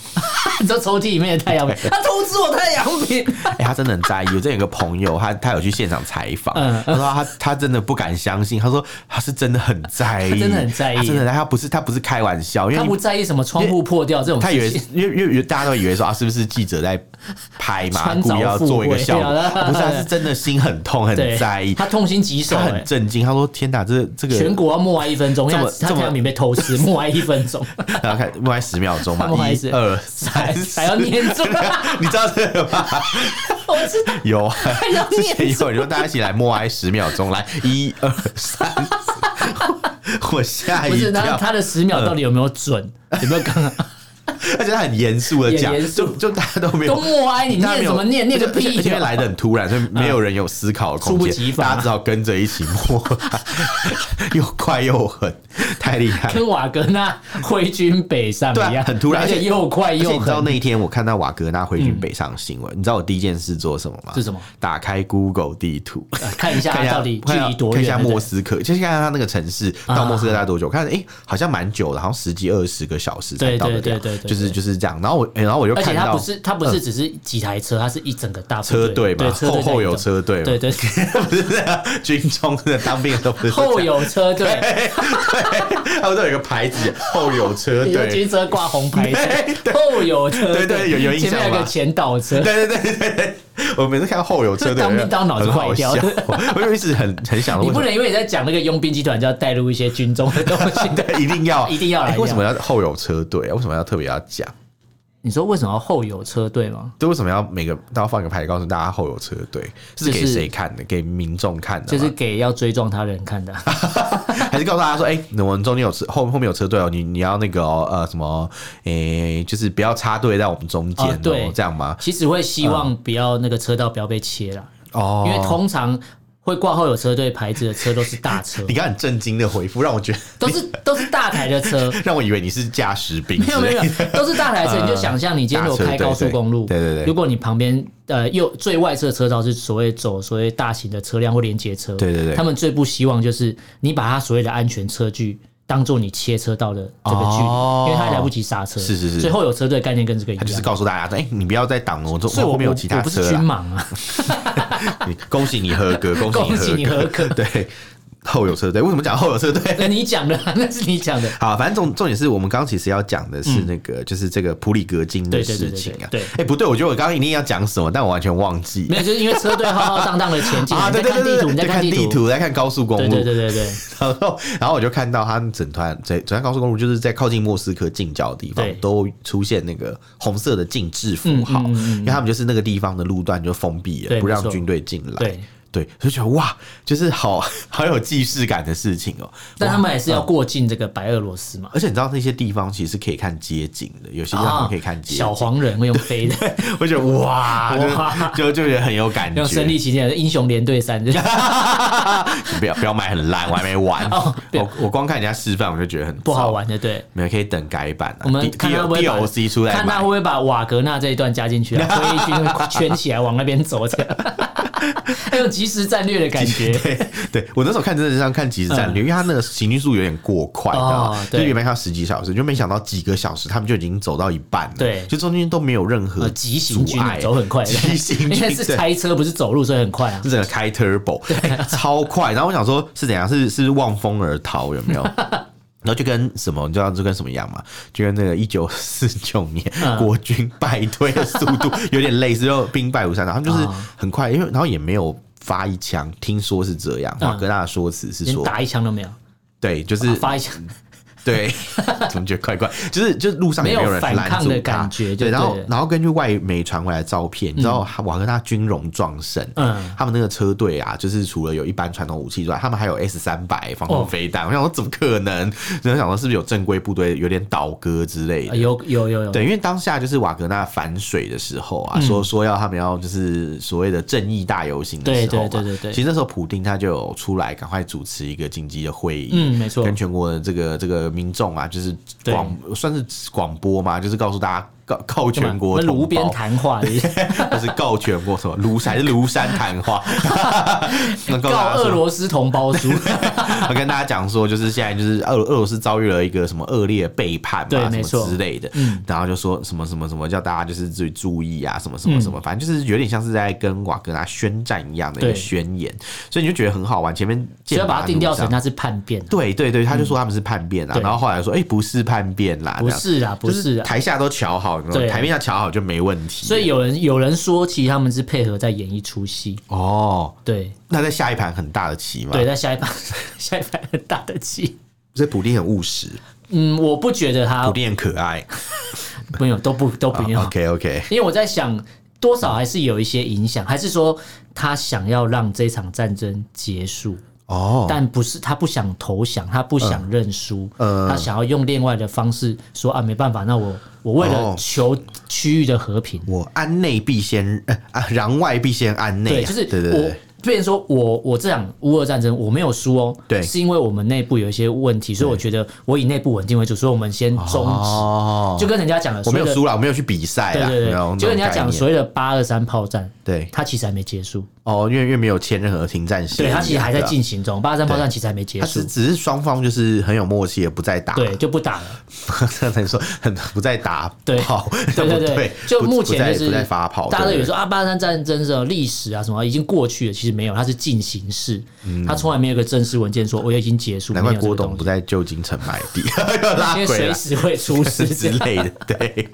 [SPEAKER 2] 你知道抽屉里面的太阳饼，他偷吃我太阳饼，
[SPEAKER 1] 哎、他真的很在意。我这有个朋友，他他有去现场采访，
[SPEAKER 2] 嗯
[SPEAKER 1] 他说他他真的不敢相信，他说他是真的很在意，
[SPEAKER 2] 他真的很在意
[SPEAKER 1] 他真的他不是他不是开玩笑，因
[SPEAKER 2] 他
[SPEAKER 1] 为
[SPEAKER 2] 不在意什么窗户破掉这种
[SPEAKER 1] 他以为
[SPEAKER 2] 事情。，
[SPEAKER 1] 因为因为因为大家都以为说啊，是不是记者在拍嘛，
[SPEAKER 2] 穿凿
[SPEAKER 1] 故意要做一个效
[SPEAKER 2] 附会啊
[SPEAKER 1] 果？不是，他是真的心很痛，很
[SPEAKER 2] 对，
[SPEAKER 1] 在意，
[SPEAKER 2] 他痛心疾首、
[SPEAKER 1] 他
[SPEAKER 2] 欸，
[SPEAKER 1] 很震惊。他说：“天哪，这这
[SPEAKER 2] 全
[SPEAKER 1] 个。”
[SPEAKER 2] 国要默哀一分钟，因为
[SPEAKER 1] 这
[SPEAKER 2] 他
[SPEAKER 1] 么
[SPEAKER 2] 他太阳饼被偷吃， 默哀一分钟，
[SPEAKER 1] 然后看，默哀十秒钟 嘛，
[SPEAKER 2] 他默哀
[SPEAKER 1] 一
[SPEAKER 2] 是
[SPEAKER 1] 二
[SPEAKER 2] 还
[SPEAKER 1] 三四
[SPEAKER 2] 还要，念住，
[SPEAKER 1] 你知道这个吗？
[SPEAKER 2] 我知道。
[SPEAKER 1] 有 啊
[SPEAKER 2] 要，
[SPEAKER 1] 之
[SPEAKER 2] 念
[SPEAKER 1] 前有你说大家一起来默哀十秒钟，来一二三四， 我吓
[SPEAKER 2] 不
[SPEAKER 1] 一
[SPEAKER 2] 是，那
[SPEAKER 1] 跳。
[SPEAKER 2] 他的十
[SPEAKER 1] 嗯
[SPEAKER 2] 秒到底有没有 准？有没有刚刚
[SPEAKER 1] 而且他很严肃的讲
[SPEAKER 2] 也严，肃
[SPEAKER 1] 就就大家都没
[SPEAKER 2] 都
[SPEAKER 1] 有
[SPEAKER 2] 默哀？你
[SPEAKER 1] 大家
[SPEAKER 2] 念
[SPEAKER 1] 没有
[SPEAKER 2] 什么念？念个
[SPEAKER 1] 而且
[SPEAKER 2] 屁
[SPEAKER 1] 而且因为
[SPEAKER 2] 呀！
[SPEAKER 1] 来的很突然，所以没有人有思考的
[SPEAKER 2] 猝
[SPEAKER 1] 空
[SPEAKER 2] 不
[SPEAKER 1] 间
[SPEAKER 2] 及，防
[SPEAKER 1] 大家只好跟着一起摸， 又快又狠，太厉害了。
[SPEAKER 2] 跟瓦格纳挥军北上
[SPEAKER 1] 对啊
[SPEAKER 2] 一样，
[SPEAKER 1] 很突然
[SPEAKER 2] 而且
[SPEAKER 1] 而且
[SPEAKER 2] 又快
[SPEAKER 1] 而且
[SPEAKER 2] 又
[SPEAKER 1] 你知道
[SPEAKER 2] 狠。嗯
[SPEAKER 1] 那一天我看到瓦格纳回军北上的新闻，你知道我第一件事做什么吗？
[SPEAKER 2] 是什么？
[SPEAKER 1] 打开 Google 地图，
[SPEAKER 2] 啊看一下
[SPEAKER 1] 看一
[SPEAKER 2] 它
[SPEAKER 1] 下
[SPEAKER 2] 到底距
[SPEAKER 1] 看一下
[SPEAKER 2] 离多
[SPEAKER 1] 看一
[SPEAKER 2] 远？
[SPEAKER 1] 下
[SPEAKER 2] 对不对
[SPEAKER 1] 莫斯科，就是看看他那个城市到
[SPEAKER 2] 啊
[SPEAKER 1] 莫斯科大概多久？看，哎，好像蛮久的，好像十几二十个小时才
[SPEAKER 2] 对
[SPEAKER 1] 到得
[SPEAKER 2] 对
[SPEAKER 1] 了
[SPEAKER 2] 对对，对
[SPEAKER 1] 就是就是这样。然后我，哎然后我就
[SPEAKER 2] 而且
[SPEAKER 1] 看
[SPEAKER 2] 它
[SPEAKER 1] 到嗯
[SPEAKER 2] 不是它不是只是几台车，它是一整个大部
[SPEAKER 1] 车队嘛，
[SPEAKER 2] 对车队
[SPEAKER 1] 后后有
[SPEAKER 2] 在移
[SPEAKER 1] 车
[SPEAKER 2] 动，
[SPEAKER 1] 队嘛，
[SPEAKER 2] 对对对
[SPEAKER 1] 不是这样，军中的当兵的都不是这样
[SPEAKER 2] 后，有车队，
[SPEAKER 1] 他们都有一个牌子后有车
[SPEAKER 2] 比如
[SPEAKER 1] 队，
[SPEAKER 2] 军车挂红牌车，后有车队，
[SPEAKER 1] 对对有有印象
[SPEAKER 2] 前面有个
[SPEAKER 1] 吧
[SPEAKER 2] 前导车，
[SPEAKER 1] 对对对对对，我每次看到后有车队，
[SPEAKER 2] 当兵当脑子
[SPEAKER 1] 很好
[SPEAKER 2] 坏掉
[SPEAKER 1] 笑，我就一直很很想，
[SPEAKER 2] 你不
[SPEAKER 1] 为什
[SPEAKER 2] 能因为你在讲那个佣兵集团，就要带入一些军中的东西。
[SPEAKER 1] 么 对一定要
[SPEAKER 2] 一定要
[SPEAKER 1] 哎
[SPEAKER 2] 来一定要
[SPEAKER 1] 为什么要后有车队啊？为什么要特别要讲？
[SPEAKER 2] 你说为什么要后有车队吗？
[SPEAKER 1] 对，为什么要每个都要放一个牌告诉大家后有车队？是
[SPEAKER 2] 就是
[SPEAKER 1] 给谁看的？给民众看的
[SPEAKER 2] 就
[SPEAKER 1] 吗？
[SPEAKER 2] 是给要追撞他的人看的。
[SPEAKER 1] 啊还是告诉大家说，哎、我们中间有车，后后面有车队哦，你你要那个、哦、呃什么，哎、就是不要插队在我们中间哦
[SPEAKER 2] 哦对
[SPEAKER 1] 这样吗？
[SPEAKER 2] 其实会希望不要那个车道不要被切了，
[SPEAKER 1] 嗯哦，
[SPEAKER 2] 因为通常会挂后有车队牌子的车都是大车
[SPEAKER 1] 你，刚刚很震惊的回复，让我觉得
[SPEAKER 2] 都是都是大台的 车。
[SPEAKER 1] 让我以为你是驾驶兵
[SPEAKER 2] 没
[SPEAKER 1] 之
[SPEAKER 2] 有没
[SPEAKER 1] 类
[SPEAKER 2] 有，
[SPEAKER 1] 的，
[SPEAKER 2] 没有 都是大台车。
[SPEAKER 1] 嗯
[SPEAKER 2] 你就想象你今天如果
[SPEAKER 1] 大
[SPEAKER 2] 开
[SPEAKER 1] 车对
[SPEAKER 2] 高速公路，
[SPEAKER 1] 啊对对对
[SPEAKER 2] 如果你旁边呃右最外侧车道是所谓走所谓大型的车辆或连接车，
[SPEAKER 1] 对对对
[SPEAKER 2] 他们最不希望就是你把它所谓的安全车距。当做你切车道的这个距离，
[SPEAKER 1] 哦
[SPEAKER 2] 因为它来不及刹车，
[SPEAKER 1] 是是是
[SPEAKER 2] 所以后有车队概念跟这个一
[SPEAKER 1] 他
[SPEAKER 2] 样。
[SPEAKER 1] 就是告诉大家说，哎、你不要再挡了，我中
[SPEAKER 2] 所以我
[SPEAKER 1] 后面有
[SPEAKER 2] 不
[SPEAKER 1] 其
[SPEAKER 2] 我
[SPEAKER 1] 他
[SPEAKER 2] 不是
[SPEAKER 1] 车
[SPEAKER 2] 军
[SPEAKER 1] 啦。
[SPEAKER 2] 盲啊，
[SPEAKER 1] 你恭喜你合格，恭
[SPEAKER 2] 恭喜
[SPEAKER 1] 喜
[SPEAKER 2] 你
[SPEAKER 1] 你合
[SPEAKER 2] 合
[SPEAKER 1] 格，
[SPEAKER 2] 格
[SPEAKER 1] 对，后有车队，为什么讲后有车队？
[SPEAKER 2] 哎那你讲的啊那是你讲的，
[SPEAKER 1] 好，反正重重点是我们刚刚其实要讲的是那个，就是这个普里格金的
[SPEAKER 2] 嗯对对对
[SPEAKER 1] 事
[SPEAKER 2] 对
[SPEAKER 1] 情啊。
[SPEAKER 2] 对对
[SPEAKER 1] 哎，不对，我觉得我刚刚一定要讲什么，但我完全忘记。
[SPEAKER 2] 没有，就是因为车队浩浩荡荡的前进，
[SPEAKER 1] 啊，
[SPEAKER 2] 你
[SPEAKER 1] 对
[SPEAKER 2] 在
[SPEAKER 1] 对对
[SPEAKER 2] 看地
[SPEAKER 1] 对，
[SPEAKER 2] 图，
[SPEAKER 1] 对
[SPEAKER 2] 你在
[SPEAKER 1] 看
[SPEAKER 2] 看地
[SPEAKER 1] 地
[SPEAKER 2] 图，
[SPEAKER 1] 图，在看高速公
[SPEAKER 2] 对对
[SPEAKER 1] 路。
[SPEAKER 2] 对对对，
[SPEAKER 1] 然后，然后我就看到他们整团整整条高速公路，就是在靠近莫斯科近郊的地方
[SPEAKER 2] 对，
[SPEAKER 1] 都出现那个红色的禁制符号，
[SPEAKER 2] 嗯嗯嗯嗯
[SPEAKER 1] 因为他们就是那个地方的路段就封闭了，
[SPEAKER 2] 对
[SPEAKER 1] 不让
[SPEAKER 2] 没错
[SPEAKER 1] 军队进来。
[SPEAKER 2] 对
[SPEAKER 1] 对，就觉得哇，就是好 好有既视感的事情哦、
[SPEAKER 2] 但他
[SPEAKER 1] 哇
[SPEAKER 2] 们也是要过境这个白俄罗斯嘛。
[SPEAKER 1] 而且你知道那些地方其实是可以看街景的，有些地方
[SPEAKER 2] 啊
[SPEAKER 1] 可以看街景，
[SPEAKER 2] 小黄人会用飞的，
[SPEAKER 1] 我觉得哇，
[SPEAKER 2] 哇
[SPEAKER 1] 就就就觉得很有感觉。
[SPEAKER 2] 用身临其境的英雄连队三，就是
[SPEAKER 1] 不要不要买很烂，我还没玩。
[SPEAKER 2] 哦对
[SPEAKER 1] 我我光看人家示范，我就觉得很
[SPEAKER 2] 不好
[SPEAKER 1] 糟。
[SPEAKER 2] 玩的。 对，
[SPEAKER 1] 没有可以等改版、啊，
[SPEAKER 2] 我们
[SPEAKER 1] D-
[SPEAKER 2] 看他会不会
[SPEAKER 1] D
[SPEAKER 2] 把
[SPEAKER 1] O C 出来买，
[SPEAKER 2] 看他会不会把瓦格纳这一段加进 去啊，所以军圈起来往那边走，这 样那种即时战略的感觉。 嗯
[SPEAKER 1] 对对，我那时候看真的是像看即时战略，因为他那个行军速度有点过快，你知道吗
[SPEAKER 2] 哦
[SPEAKER 1] 就
[SPEAKER 2] 对
[SPEAKER 1] 原本看到十几小时，就没想到几个小时他们就已经走到一半了，
[SPEAKER 2] 对
[SPEAKER 1] 就中间都没有任
[SPEAKER 2] 呃
[SPEAKER 1] 何，
[SPEAKER 2] 急行军
[SPEAKER 1] 阻碍
[SPEAKER 2] 走很快，
[SPEAKER 1] 急行
[SPEAKER 2] 因为
[SPEAKER 1] 军
[SPEAKER 2] 是
[SPEAKER 1] 对
[SPEAKER 2] 开车不是走路，所以很快啊
[SPEAKER 1] 是。整个开 turbo，、哎超快。然后我想说，是怎样？是是望风而逃，有没 有？然后就跟什么，你知道就跟什么一样嘛？就跟那个一九四九年
[SPEAKER 2] 嗯
[SPEAKER 1] 国军败退的速度有点类似，就兵败如山倒，然后就是
[SPEAKER 2] 啊
[SPEAKER 1] 很快，因为然后也没有发一枪，听说是这样。
[SPEAKER 2] 嗯
[SPEAKER 1] 瓦格纳的说辞是
[SPEAKER 2] 连
[SPEAKER 1] 说，
[SPEAKER 2] 打一枪都没有，
[SPEAKER 1] 对，就是
[SPEAKER 2] 啊发一枪，
[SPEAKER 1] 对， 怎么觉得怪怪？就是就是路上也
[SPEAKER 2] 没有
[SPEAKER 1] 人
[SPEAKER 2] 反
[SPEAKER 1] 拦
[SPEAKER 2] 抗
[SPEAKER 1] 阻他
[SPEAKER 2] 的感觉就
[SPEAKER 1] 对，然后
[SPEAKER 2] 对了
[SPEAKER 1] 然后根据外媒传回来的照片，你知道瓦格纳军容壮盛，
[SPEAKER 2] 嗯
[SPEAKER 1] 他们那个车队啊，就是除了有一般传统武器之外，他们还有 S 三百防空
[SPEAKER 2] 哦
[SPEAKER 1] 飞弹。我想说怎么可能？然后想说是不是有正规部队有点倒戈之类
[SPEAKER 2] 啊
[SPEAKER 1] 的？
[SPEAKER 2] 有有有有，
[SPEAKER 1] 对，因为当下就是瓦格纳反水的时候
[SPEAKER 2] 嗯
[SPEAKER 1] 啊，说说要他们要就是所谓的正义大游行的
[SPEAKER 2] 对
[SPEAKER 1] 时候嘛，
[SPEAKER 2] 对对对对
[SPEAKER 1] 其实那时候普丁他就有出来赶快主持一个紧急的会议，
[SPEAKER 2] 嗯没错
[SPEAKER 1] 跟全国的这个这个民众啊，就是
[SPEAKER 2] 对
[SPEAKER 1] 广算是广播嘛，就是告诉大家告告
[SPEAKER 2] 干嘛，
[SPEAKER 1] 全国
[SPEAKER 2] 那
[SPEAKER 1] 同
[SPEAKER 2] 炉边
[SPEAKER 1] 胞
[SPEAKER 2] 谈 话的意思，
[SPEAKER 1] 不是告全国 什么庐山还是庐山谈话，能告
[SPEAKER 2] 告
[SPEAKER 1] 大家
[SPEAKER 2] 俄
[SPEAKER 1] 说。
[SPEAKER 2] 罗斯同胞 书，
[SPEAKER 1] 我跟大家讲说，就是现在就是呃俄俄罗斯遭遇了一个什么恶劣的背叛
[SPEAKER 2] 对
[SPEAKER 1] 嘛，什
[SPEAKER 2] 没
[SPEAKER 1] 么
[SPEAKER 2] 错嗯
[SPEAKER 1] 之类的，然后就说什么什么什么，叫大家就是注意注意啊，什么什么什么，反正就是有点像是在跟瓦格纳宣战一样的一个
[SPEAKER 2] 对
[SPEAKER 1] 宣言，所以你就觉得很好玩。前面
[SPEAKER 2] 只
[SPEAKER 1] 剑
[SPEAKER 2] 要把
[SPEAKER 1] 拔
[SPEAKER 2] 它
[SPEAKER 1] 弩
[SPEAKER 2] 定调成
[SPEAKER 1] 张
[SPEAKER 2] 他是叛变啊，
[SPEAKER 1] 对对对，他就说他们是叛变啊，
[SPEAKER 2] 对
[SPEAKER 1] 然后后来说，哎，不是叛变啦，
[SPEAKER 2] 不
[SPEAKER 1] 这样
[SPEAKER 2] 是啦，不
[SPEAKER 1] 啊就是
[SPEAKER 2] 啦。
[SPEAKER 1] 台下都瞧好，你知道吗
[SPEAKER 2] 对
[SPEAKER 1] 台面上瞧好就没问题。
[SPEAKER 2] 所以有人有人说，其实他们是配合在演一出戏，
[SPEAKER 1] 哦，
[SPEAKER 2] 对
[SPEAKER 1] 那在下一盘很大的棋嘛，
[SPEAKER 2] 对，在下一盘 下一盘很大的戏。
[SPEAKER 1] 所以普丁很务实，
[SPEAKER 2] 嗯，我不觉得他
[SPEAKER 1] 普丁很可爱。
[SPEAKER 2] 没有都不都不用，
[SPEAKER 1] OK OK，
[SPEAKER 2] 因为我在想，多少还是有一些影响，还是说他想要让这场战争结束，
[SPEAKER 1] 哦，
[SPEAKER 2] 但不是他不想投降，他不想认输，
[SPEAKER 1] 嗯
[SPEAKER 2] 他想要用另外的方式说啊，没办法，那我我为了
[SPEAKER 1] 哦
[SPEAKER 2] 求区域的和平，
[SPEAKER 1] 我安内必先呃啊，攘外必先安内
[SPEAKER 2] 对，
[SPEAKER 1] 啊，
[SPEAKER 2] 就是
[SPEAKER 1] 对对
[SPEAKER 2] 我
[SPEAKER 1] 对，。虽
[SPEAKER 2] 变成说我我这场乌俄战争我没有输哦，
[SPEAKER 1] 对
[SPEAKER 2] 是因为我们内部有一些问题，所以我觉得我以内部稳定为主，所以我们先终止，
[SPEAKER 1] 哦，
[SPEAKER 2] 就跟人家讲了，
[SPEAKER 1] 我没有
[SPEAKER 2] 所谓的
[SPEAKER 1] 输了，我没有去比赛
[SPEAKER 2] 对
[SPEAKER 1] 啦，
[SPEAKER 2] 对
[SPEAKER 1] 然
[SPEAKER 2] 对，
[SPEAKER 1] 后
[SPEAKER 2] 就跟人家讲所
[SPEAKER 1] 说
[SPEAKER 2] 谓的八二三炮战，
[SPEAKER 1] 啊对
[SPEAKER 2] 它其实还没结束，
[SPEAKER 1] 哦，因为因为没有签任何停战协议，
[SPEAKER 2] 对，它其实还在
[SPEAKER 1] 对啊，
[SPEAKER 2] 进行中，八二三炮战其实还没结
[SPEAKER 1] 他
[SPEAKER 2] 束
[SPEAKER 1] 只，只是双方就是很有默契，也不再打，
[SPEAKER 2] 对，，就不打了。
[SPEAKER 1] 这才说很不再打
[SPEAKER 2] 对
[SPEAKER 1] 炮，
[SPEAKER 2] 对
[SPEAKER 1] 不
[SPEAKER 2] 对对，就
[SPEAKER 1] 不
[SPEAKER 2] 目
[SPEAKER 1] 不再
[SPEAKER 2] 前就是
[SPEAKER 1] 不再发炮，
[SPEAKER 2] 大家都以
[SPEAKER 1] 哦对
[SPEAKER 2] 为
[SPEAKER 1] 对
[SPEAKER 2] 说啊，八三战争的历史啊什么已经过去了，其实没有，它是进行式，它从来没有一个正式文件说我已经结束。
[SPEAKER 1] 嗯难怪
[SPEAKER 2] 没有这
[SPEAKER 1] 郭
[SPEAKER 2] 个
[SPEAKER 1] 董
[SPEAKER 2] 东西
[SPEAKER 1] 不在旧金城买 地，又拉
[SPEAKER 2] 因为
[SPEAKER 1] 回
[SPEAKER 2] 随
[SPEAKER 1] 来
[SPEAKER 2] 时会出 事
[SPEAKER 1] 之类的， 对，嗯